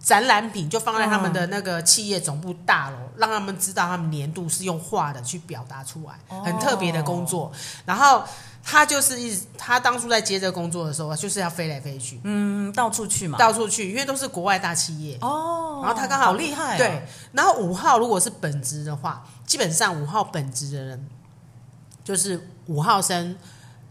S1: 展览品就放在他们的那个企业总部大楼，让他们知道他们年度是用画的去表达出来，很特别的工作。然后他就是一直，他当初在接这个工作的时候，就是要飞来飞去，
S2: 嗯，到处去嘛。
S1: 到处去，因为都是国外大企业。
S2: 哦，
S1: 然后他刚好
S2: 好厉害、啊，
S1: 对，，然后五号如果是本职的话，基本上五号本职的人就是五号生、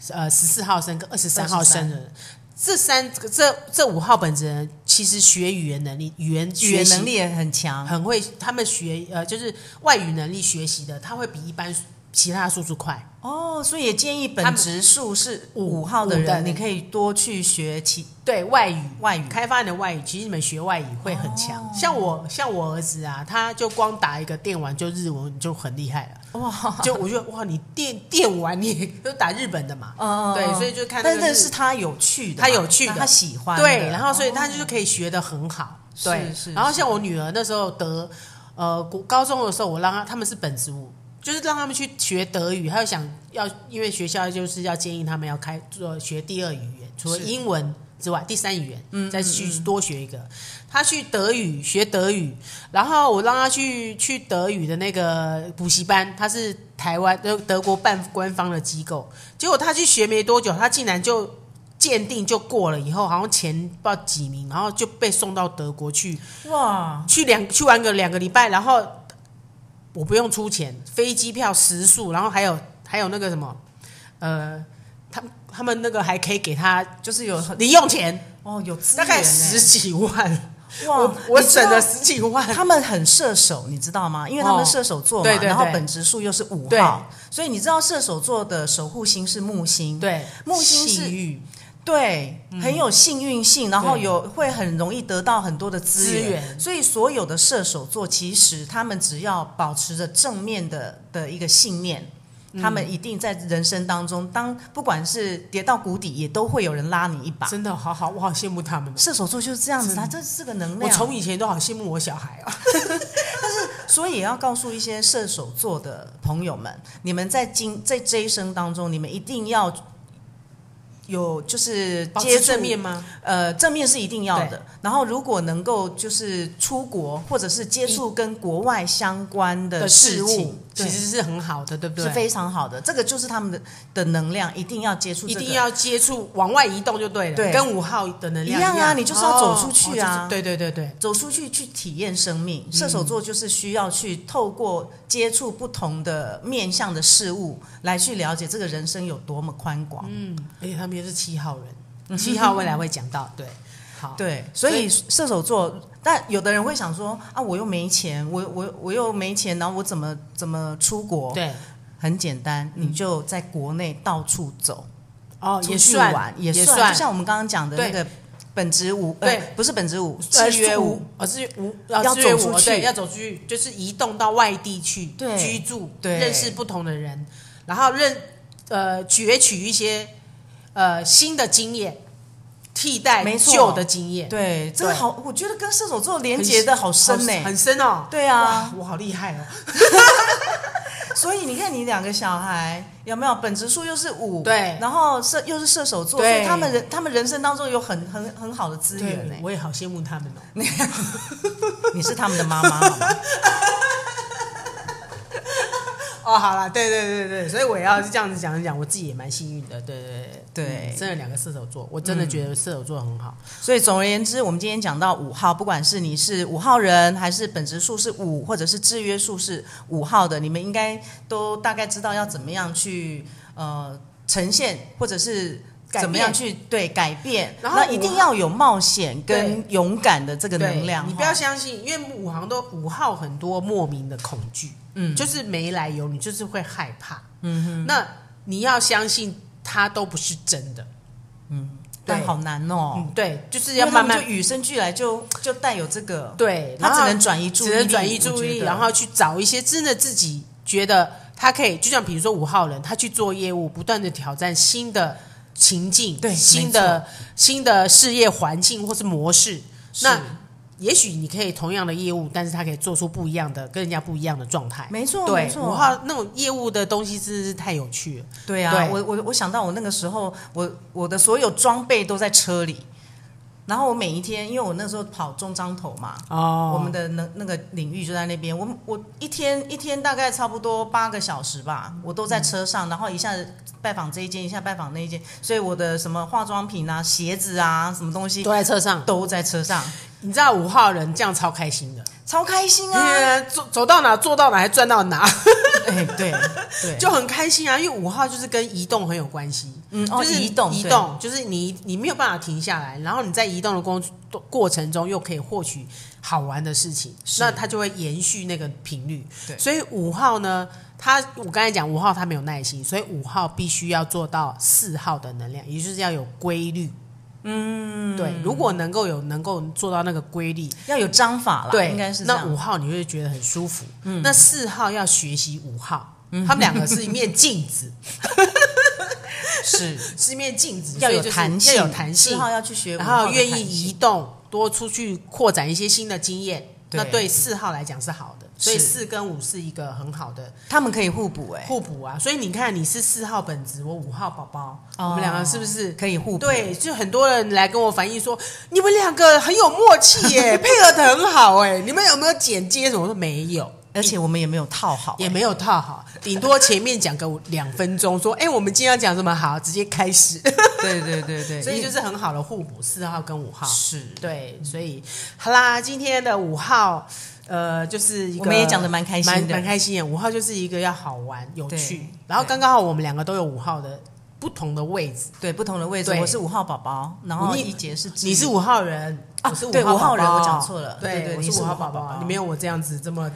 S1: 呃十四号生跟二十三号生的人。这三这这五号本职的人其实学语言能力、语言
S2: 语
S1: 学
S2: 言
S1: 习
S2: 能力也很强。
S1: 很会，他们学呃就是外语能力学习的，他会比一般其他的叔叔快。
S2: 哦，所以也建议
S1: 他
S2: 本
S1: 们
S2: 职数是
S1: 五
S2: 五号的
S1: 五的
S2: 人，你可以多去学其
S1: 对外语
S2: 外语。哦
S1: 开发你的外语，其实你们学外语会很强。像我像我儿子啊，他就光打一个电玩就日文就很厉害了。
S2: 哇，
S1: 就我觉得哇，你电电玩你也都打日本的嘛，
S2: 嗯
S1: 对，所以就看那
S2: 但
S1: 个
S2: 是是他有趣的嘛，
S1: 他有趣的
S2: 他喜欢的，
S1: 对，然后所以
S2: 哦
S1: 他就是可以学的很好，
S2: 是
S1: 对，
S2: 是
S1: 然后像我女儿那时候得呃国高中的时候，我让她他们是本职舞。就是让他们去学德语，还有想要，因为学校就是要建议他们要开做学第二语言，除了
S2: 是
S1: 英文之外，第三语言，嗯，再去多学一个。他去德语学德语，然后我让他去去德语的那个补习班，他是台湾呃德国办官方的机构，结果他去学没多久，他竟然就鉴定就过了，以后好像前不知道几名，然后就被送到德国去，
S2: 哇，
S1: 去两去玩个两个礼拜，然后我不用出钱，飞机票、食宿，然后还有还有那个什么，呃，他们他们那个还可以给他
S2: 就是有很
S1: 零用钱，
S2: 哦有资
S1: 大概
S2: 源欸
S1: 十几万，
S2: 哇，
S1: 我我
S2: 你知道
S1: 省了十几万，
S2: (laughs) 他们很射手，你知道吗？因为他
S1: 哦
S2: 们射手座嘛，
S1: 对对
S2: 然后
S1: 对
S2: 本职数又是五
S1: 对
S2: 号，所以你知道射手座的守护星是木星，
S1: 对，
S2: 木星是
S1: 信誉
S2: 对，很有幸运性，然后
S1: 对嗯
S2: 有会很容易得到很多的资源，
S1: 资源
S2: 所以所有的射手座其实他们只要保持着正面的的一个信念。
S1: 嗯
S2: 他们一定在人生当中，当不管是跌到谷底，也都会有人拉你一把。
S1: 真的好好，我好羡慕他们。
S2: 射手座就是这样子，他这是个能
S1: 我
S2: 量。
S1: 从以前都好羡慕我小孩啊，
S2: 所以也要告诉一些射手座的朋友们，你们在今在这一生当中，你们一定要有就是
S1: 保
S2: 接
S1: 持
S2: 触
S1: 正面，吗？
S2: 呃，正面是一定要的。然后如果能够就是出国或者是接触跟国外相关的
S1: 的
S2: 事
S1: 事
S2: 情
S1: 物，
S2: 对
S1: 其实是很好的，对不对？
S2: 是非常好的。这个就是他们的的能量，一定要接触、
S1: 一
S2: 这个，
S1: 定要接触往外移动就对了，
S2: 对
S1: 跟五号的能量
S2: 一样啊
S1: 样
S2: 你就是要走出去啊
S1: 哦哦就是对对对对，
S2: 走出去去体验生命。
S1: 嗯
S2: 射手座就是需要去透过接触不同的面向的事物，来去了解这个人生有多么宽广。
S1: 嗯而且哎他们又是七号人，七号未来会讲到，对，好，
S2: 对，所以射手座，但有的人会想说啊，我又没钱，我我我又没钱，然后我怎么怎么出国？，
S1: 对，嗯
S2: 很简单，你就在国内到处走，
S1: 哦，
S2: 出
S1: 也
S2: 去
S1: 算
S2: 玩也
S1: 也
S2: 就像我们刚刚讲的那个本职舞，呃
S1: 对，
S2: 不是本职舞，
S1: 呃
S2: 制约舞。，
S1: 哦，制约舞
S2: 要
S1: 要制约
S2: 走
S1: 舞
S2: 出去
S1: 对，要走出去，就是移动到外地去
S2: 对
S1: 居住，
S2: 对
S1: 认识不同的人，然后认呃攫取一些呃新的经验，替代
S2: 没错
S1: 旧的经验，
S2: 对，这个
S1: 对
S2: 好，我觉得跟射手座连接的好深呢、
S1: 好很深哦，
S2: 对啊，
S1: 哇，我好厉害哦，
S2: 所以你看，你两个小孩有没有本职数又是五，
S1: 对
S2: 然后射又是射手座，所
S1: 对
S2: 以他们人他们人生当中有很很很好的资
S1: 对
S2: 源呢、
S1: 我也好羡慕他们哦。
S2: (laughs) 你是他们的妈妈好吗？
S1: 哦，好了，对对对对，所以我也要这样子讲一讲，我自己也蛮幸运的，对对对嗯
S2: 对嗯
S1: 真的两个射手座，我真的觉得射手座很好，
S2: 所以总而言之，我们今天讲到五号，不管是你是五号人，还是本职数是五，或者是制约数是五号的，你们应该都大概知道要怎么样去呃呈现，或者是。
S1: 改变
S2: 怎么样去对改变？
S1: 然后
S2: 那
S1: 五号
S2: 一定要有冒险跟勇敢的这个
S1: 对
S2: 能量。哦
S1: 你不要
S2: 哈
S1: 相信，因为五行都五号很多莫名的恐惧，嗯，就是没来由，你就是会害怕，嗯哼，那你要相信它都不是真的，
S2: 但好难哦。
S1: 嗯，对，就是
S2: 因
S1: 要
S2: 为他
S1: 慢
S2: 们
S1: 慢
S2: 就与生俱来就就带有这个，
S1: 对，
S2: 他
S1: 然
S2: 只
S1: 后
S2: 能转移注意力，
S1: 只能转移注
S2: 我
S1: 意
S2: 觉
S1: 力，
S2: 得
S1: 然后去找一些真的自己觉得他可以，就像比如说五号人，他去做业务，不断的挑战新的情境、
S2: 对
S1: 新的新的事业环境或是模式。
S2: 是
S1: 那也许你可以同样的业务，但是他可以做出不一样的、跟人家不一样的状态。
S2: 没错，
S1: 对
S2: 没，错，
S1: 五号那种业务的东西真的是太有趣了。
S2: 对啊，
S1: 对
S2: 我我我想到我那个时候，我我的所有装备都在车里，然后我每一天，因为我那时候跑中彰头嘛，
S1: 哦，
S2: 我们的那那个领域就在那边。我我一天一天大概差不多八个小时吧，我
S1: 嗯
S2: 都在车上，然后一下子拜访这一间，一下拜访那一间，所以我的什么化妆品啊、鞋子啊、什么东西
S1: 都在车上。
S2: 都在车上，
S1: 你知道五号人这样超开心的，
S2: 超开心
S1: 因
S2: 啊！
S1: 为走走到哪做到哪还赚到哪，
S2: 哎，对
S1: (laughs)
S2: 对，
S1: 就很开心啊。因为五号就是跟移动很有关系，
S2: 嗯哦，
S1: 就是
S2: 移动
S1: 移
S2: 对
S1: 动就是你你没有办法停下来，然后你在移动的过过程中又可以获取好玩的事情，
S2: 是
S1: 那它就会延续那个频率。
S2: 对
S1: 所以五号呢，他我刚才讲五号他没有耐心，所以五号必须要做到四号的能量，也就是要有规律。嗯，对，如果能够有能够做到那个规律，
S2: 要有章法啦，
S1: 对，
S2: 应该是这
S1: 那五
S2: 样。嗯
S1: 号你会觉得很舒服，那四号要学习五号。他们两个是一面镜
S2: (laughs)
S1: 子，
S2: 是
S1: 是一面镜子，
S2: 要
S1: 所以
S2: 有
S1: 就是
S2: 弹性，
S1: 要有弹性
S2: 四，号要去学五
S1: 然
S2: 号
S1: 后
S2: 的弹性，
S1: 愿意移动，多出去扩展一些新的经验。
S2: 对
S1: 那对四号来讲是好的，所以
S2: 是
S1: 四跟五是一个很好的
S2: 他们可以互补，哎，
S1: 互补啊。所以你看，你是四号本子，我五号宝宝，我
S2: 哦
S1: 们两个是不是？
S2: 可以互补？
S1: 对，就很多人来跟我反映说，你们两个很有默契 (laughs) 耶，配合的很好哎。你们有没有剪接什么？我说没有，
S2: 而且我们也没有套好，
S1: 也没有套好，顶多前面讲个两分钟，说哎，我们今天要讲什么好，直接开始。 (laughs)
S2: 对对对对，
S1: 所以就是是很好的互补，四号跟五号。嗯
S2: 是
S1: 对，所以好啦，今天的五号，呃，就是一个
S2: 我们也讲得蛮开心的
S1: 蛮蛮开心的。五号就是一个要好玩、有趣
S2: 对，
S1: 然后刚刚好我们两个都有五号的不同的位置，
S2: 对不同的位置，
S1: 对
S2: 我是五号宝宝，然后
S1: 你
S2: 一姐是志
S1: 你是五号人。
S2: 啊
S1: 我是五
S2: 对
S1: 号
S2: 五号人
S1: 宝宝
S2: 我讲错了
S1: 对
S2: 对对
S1: 我
S2: 你
S1: 是
S2: 是
S1: 五
S2: 五
S1: 号
S2: 号
S1: 宝宝
S2: 宝宝
S1: 你没有我这样子这
S2: (laughs)
S1: 么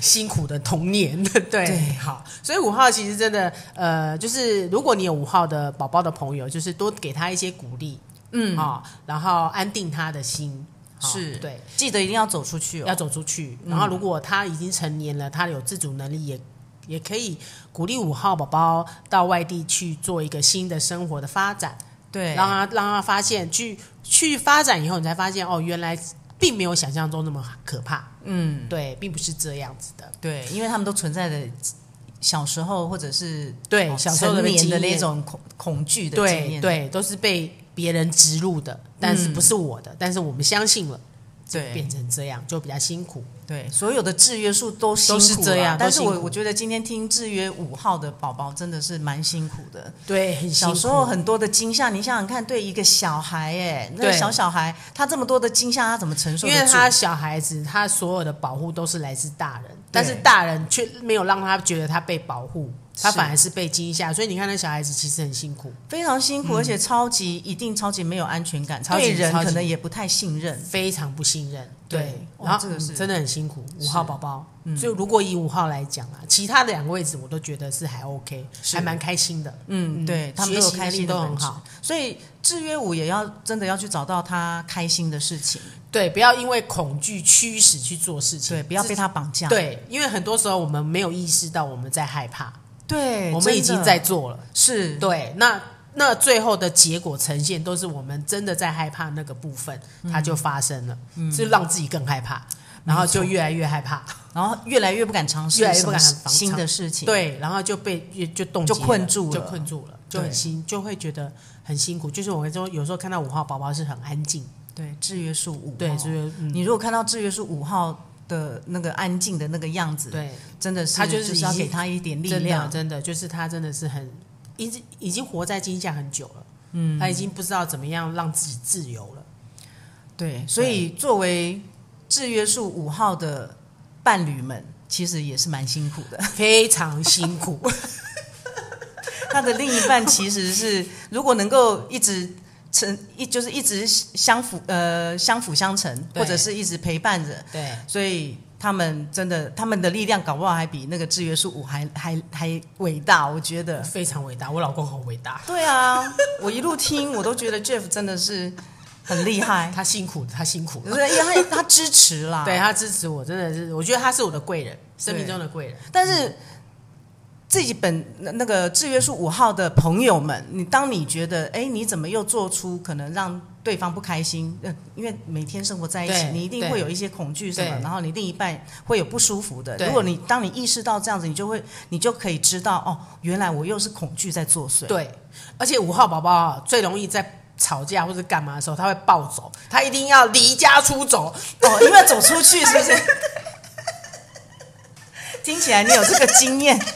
S1: 辛苦的童年， (laughs) 对，
S2: 对
S1: 好，所以五号其实真的，呃，就是如果你有五号的宝宝的朋友，就是多给他一些鼓励，
S2: 嗯
S1: 啊、然后安定他的心，啊
S2: 是
S1: 对，
S2: 记得一定要走出去
S1: 要
S2: 哦。
S1: 走出去。然后如果他已经成年了，他有自主能力也。也可以鼓励五号宝宝到外地去做一个新的生活的发展，
S2: 对，
S1: 让他让他发现去去发展以后，你才发现哦，原来并没有想象中那么可怕，
S2: 嗯，
S1: 对，并不是这样子的。
S2: 对，因为他们都存在的小时候或者是
S1: 对，
S2: 哦
S1: 小时候
S2: 成
S1: 的
S2: 年
S1: 经
S2: 的
S1: 验
S2: 那种恐恐惧的经
S1: 对
S2: 验，
S1: 对，都是被别人植入的，但是不是我的，但是我们相信了，变
S2: 对
S1: 成这样就比较辛苦。
S2: 对，所有的制约数都辛苦
S1: 都
S2: 啊
S1: 是这样
S2: 但是
S1: 都辛
S2: 我
S1: 苦
S2: 我觉得今天听制约五号的宝宝真的是蛮辛苦的，
S1: 对，很辛
S2: 小
S1: 苦
S2: 时候很多的惊吓，你想想看，对一个小孩，哎，那个
S1: 对
S2: 小小孩，他这么多的惊吓，他怎么承受得
S1: 因
S2: 住？
S1: 为他小孩子，他所有的保护都是来自大人，但是大人却没有让他觉得他被保护，他
S2: 是
S1: 反而是被惊吓。所以你看，那小孩子其实很辛苦，
S2: 非常辛苦，而且超级一定超级没有安全感，
S1: 超级
S2: 嗯对人
S1: 超级
S2: 可能也不太信任。
S1: 非常不信任。
S2: 对哇
S1: 然后
S2: 这个是
S1: 嗯真的很辛苦。五
S2: 是嗯
S1: 号宝宝，所以如果以五号来讲啊，其他的两个位置我都觉得是还 OK，
S2: 是
S1: 还蛮开心的。
S2: 嗯，对他们都有开心
S1: 都
S2: 的
S1: 很
S2: 本质
S1: 好，，
S2: 所以制约五也要真的要去找到他开心的事情，
S1: 对，不要因为恐惧驱使去做事情，
S2: 对，不要
S1: 自
S2: 被他绑架。
S1: 对，因为很多时候我们没有意识到我们在害怕，
S2: 对，
S1: 我们已
S2: 真
S1: 经
S2: 的
S1: 在做了。
S2: 是
S1: 对，那那最后的结果呈现都是我们真的在害怕那个部分，它
S2: 嗯
S1: 就发生了，是让自己更害怕，然后就越来越害怕，
S2: 然后越来越不敢尝试，
S1: 越来越不敢尝
S2: 新的事情。，
S1: 对，然后就被越就冻
S2: 就
S1: 结了
S2: 困住
S1: 就
S2: 了
S1: 困住了，就很
S2: 对
S1: 辛，就会觉得很辛苦。就是我说有时候看到五号宝宝是很安静，
S2: 对，制约数五，
S1: 对，就。是、嗯、
S2: 你如果看到制约数五号的那个安静的那个样子，，
S1: 对，
S2: 真的是
S1: 他就是
S2: 要
S1: 已经
S2: 给他一点力
S1: 真的
S2: 量，
S1: 真的就是他真的是很已经已经活在惊吓很久了，嗯，他已经不知道怎么样让自己自由
S2: (laughs)
S1: 了。
S2: 对，所以作为制约数五号的伴侣们，其实也是蛮辛苦
S1: (laughs)
S2: 的。
S1: 非常辛
S2: (laughs)
S1: 苦，
S2: 他的另一半其实是，如果能够一直成一就是一直相辅呃相辅相成，
S1: 对
S2: 或者是一直陪伴着，
S1: 对，
S2: 所以他们真的他们的力量搞不好还比那个制约数五还还还伟大，我觉得。
S1: 非常伟大，我老公好伟大，
S2: 对啊，我一路听我都觉得 Jeff 真的是很厉害，
S1: 他辛苦，他辛苦
S2: 对，因为 (laughs) 他他支持啦，
S1: 对他支持我，真的是，我觉得他是我的贵人，生命中的贵人。
S2: 但是自己本那那个制约数五号的朋友们，你当你觉得哎，你怎么又做出可能让对方不开心？呃，因为每天生活在一起
S1: 对，
S2: 你一定会有一些恐惧什么
S1: 对，
S2: 然后你另一半会有不舒服的。
S1: 对
S2: 如果你当你意识到这样子，你就会你就可以知道哦，原来我又是恐惧在作祟。
S1: 对，而且五号宝宝最容易在吵架或者干嘛的时候，他会暴走，他一定要离家出走。
S2: 哦，因为走出去是不 (laughs) 是？听起来你有这个经验。 (laughs)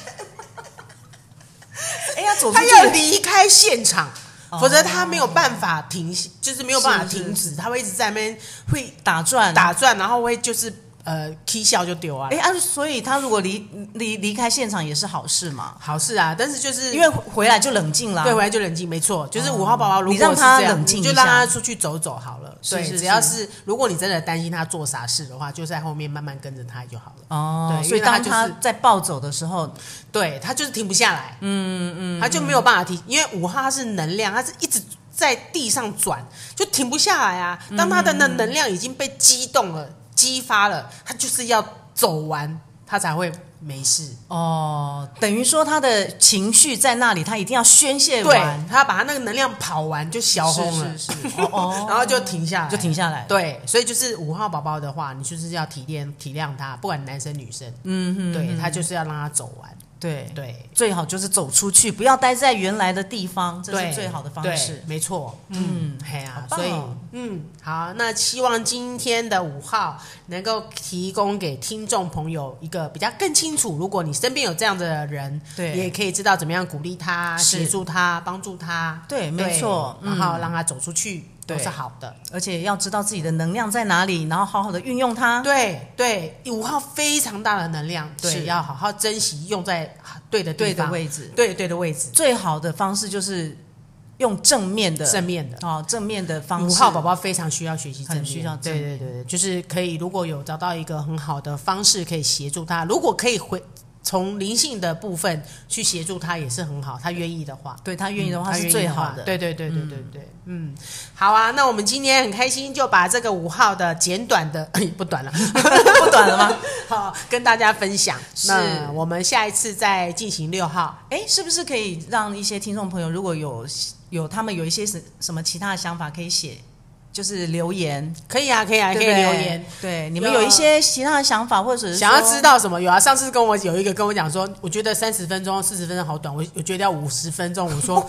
S2: 哎呀，走出
S1: 他要
S2: 去，
S1: 离开现场，
S2: 哦
S1: 否则他没有办法停，就是没有办法
S2: 是是
S1: 停止，他会一直在那边会
S2: 打转，啊
S1: 打转，然后会就是呃 k 笑就丢啊
S2: 哎。啊，所以他如果离离离开现场也是好事嘛，
S1: 好事啊，但是就是
S2: 因为回来就冷静啦。
S1: 对，回来就冷静，没错，就是五号宝宝。如果
S2: 你让他
S1: 是这样
S2: 冷静
S1: 你
S2: 一
S1: 就
S2: 下
S1: 让他出去走走好了。
S2: 是
S1: 对，
S2: 是
S1: 只要
S2: 是
S1: 是如果你真的担心他做傻事的话，就在后面慢慢跟着他就好了。
S2: 哦，
S1: 对
S2: 所以
S1: 因为他
S2: 当
S1: 就是
S2: 他在暴走的时候，
S1: 对他就是停不下来，嗯嗯，他就没有办法停，因为五号它是能量，它是一直在地上转，就停不下来啊。当他的能能量已经被激动了、激发了，他就是要走完，他才会没事。
S2: 哦，等于说他的情绪在那里，他一定要宣泄
S1: 对
S2: 完，，
S1: 他把他那个能量跑完就消轰了，
S2: 是是是，哦哦，
S1: (laughs) 然后就停下来，
S2: 就停下来。
S1: 对，所以就是五号宝宝的话，你就是要体谅体谅他，不管男生女生，嗯嗯，对他就是要让他走完，
S2: 对对，
S1: 对，
S2: 最好就是走出去，不要待在原来的地方，这
S1: 对
S2: 是最好的方
S1: 对
S2: 式。
S1: 没错，嗯，嘿啊，
S2: 好棒
S1: 所以
S2: 哦
S1: 嗯，好，那希望今天的五号能够提供给听众朋友一个比较更清楚，如果你身边有这样的人，
S2: 对
S1: 也可以知道怎么样鼓励他、
S2: 是
S1: 协助他、帮助他，
S2: 对没错
S1: 然
S2: 嗯
S1: 后让他走出去都
S2: 对
S1: 是好的。
S2: 而且要知道自己的能量在哪里，然后好好的运用它。
S1: 对对，五号非常大的能量，对，
S2: 是
S1: 要好好珍惜，用在对的地
S2: 对的
S1: 方，
S2: 位置，
S1: 对对的位置，
S2: 最好的方式就是用正面的
S1: 正面的。
S2: 哦，正面的方
S1: 五
S2: 式。
S1: 号宝宝非常需要学习正面，
S2: 很需要
S1: 对
S2: 正
S1: 对
S2: 面
S1: 对对，就是可以如果有找到一个很好的方式可以协助他，如果可以回从灵性的部分去协助他也是很好，他愿意的话。
S2: 对他愿意的
S1: 嗯
S2: 话
S1: 他
S2: 是
S1: 愿意
S2: 最
S1: 话
S2: 好的。
S1: 对对对对对对，嗯，好啊，那我们今天很开心，就把这个五号的简短的 (coughs) 不短了， (laughs)
S2: 不短了吗？
S1: 好，跟大家分享。
S2: 是
S1: 那我们下一次再进行六号。
S2: 哎，是不是可以让一些听众朋友，如果有有他们有一些什什么其他的想法，可以写，就是留言，
S1: 可以啊，可以啊，可
S2: 对不
S1: 以
S2: 对
S1: 留言。。
S2: 对，你们有一些其他的想法，或者是
S1: 想要
S2: 说
S1: 知道什么？有啊，上次跟我有一个跟我讲说，我觉得三十分钟、四十分钟好短，我我觉得要五十分钟。我说，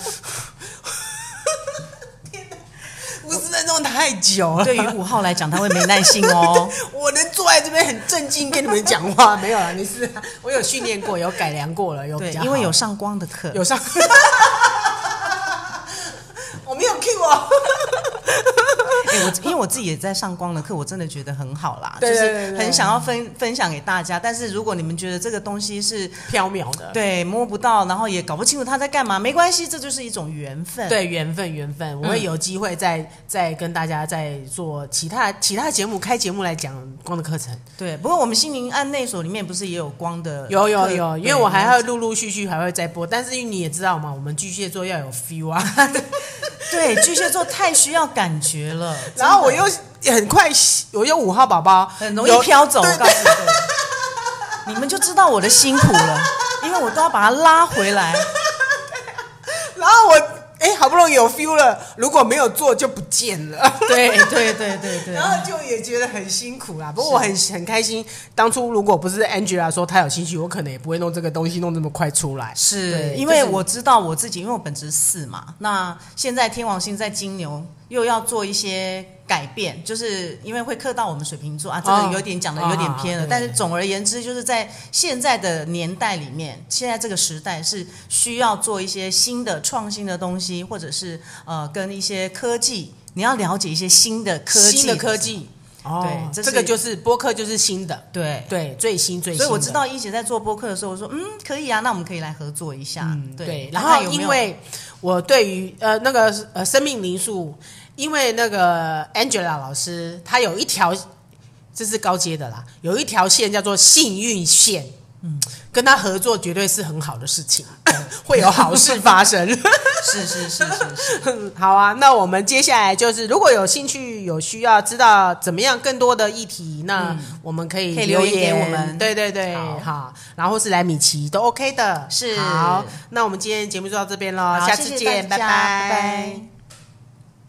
S1: 天哪， (laughs) 五十分钟太久了。
S2: 对于五号来讲，他会没耐心
S1: (laughs)
S2: 哦。
S1: 我能坐在这边很正经跟你们讲话，没有啦，没事啊，我有训练过，有改良过了，有比
S2: 对，
S1: 较好
S2: 因为有上光的课，
S1: 有上，我没有 cue 哦。
S2: 哎我因为我自己也在上光的课，我真的觉得很好啦，
S1: 对对对
S2: 就
S1: 对
S2: 是很想要分分享给大家。但是如果你们觉得这个东西是
S1: 缥缈的，
S2: 对摸不到，然后也搞不清楚他在干嘛，没关系，这就是一种缘分。，
S1: 对，嗯缘分，缘分，我会有机会再、再跟大家再做其他其他节目，开节目来讲光的课程。
S2: 对，不过我们心灵案内所里面不是也有光的课？
S1: 有有有，
S2: 对
S1: 因为我还要陆陆续续还会再播，但是你也知道嘛，我们巨蟹座要有 feel 啊，
S2: (laughs) 对巨蟹座太需要感觉了，
S1: (laughs) 然后我
S2: 真的
S1: 又很快，我又五号宝宝，
S2: 很容易
S1: 有
S2: 飘走。我
S1: 对
S2: 告诉你各位，你们就知道我的辛苦了，因为我都要把它拉回来。
S1: 然后我哎，好不容易有 feel 了，如果没有做就不见了。
S2: (laughs) 对对对对对
S1: (laughs) 然。后就也觉得很辛苦啦，不过我很很开心。当初如果不是 Angela 说她有兴趣，我可能也不会弄这个东西弄这么快出来。
S2: 是
S1: 对
S2: 因为
S1: 就是
S2: 我知道我自己，因为我本职四嘛，那现在天王星在金牛，又要做一些改变，就是因为会克到我们水瓶座啊，这
S1: 哦
S2: 个有点讲的有点偏了，
S1: 啊对
S2: 但是总而言之，就是在现在的年代里面，现在这个时代是需要做一些新的创新的东西，或者是呃跟一些科技，你要了解一些新的科技，
S1: 新的科技，哦
S2: 对这
S1: 这
S2: 是
S1: 个就是播客就是新的，
S2: 对。
S1: 对，最新最新。
S2: 所以我知，道一姐在做播客的时候，我说嗯可以啊，那我们可以来合作一下。
S1: 嗯，对
S2: 对。，
S1: 然
S2: 看看
S1: 后
S2: 有没有
S1: 因为我对于呃那个呃生命灵数，因为那个 Angela 老师，她有一条这是高阶的啦，有一条线叫做幸运线。嗯，跟她合作绝对是很好的事情， (laughs) 会有好事发生。
S2: 是是是是是。 (laughs)
S1: 好啊，那我们接下来就是，如果有兴趣、有需要知道怎么样更多的议题，那我们可以
S2: 嗯可以
S1: 留
S2: 留言给
S1: 我
S2: 我们
S1: 对对对，
S2: 好
S1: 好，然后是来米奇都 OK 的，
S2: 是
S1: 好。那我们今天节目就到这边喽，
S2: 好
S1: 下
S2: 谢
S1: 次
S2: 谢
S1: 见，
S2: 大家
S1: 拜
S2: 拜拜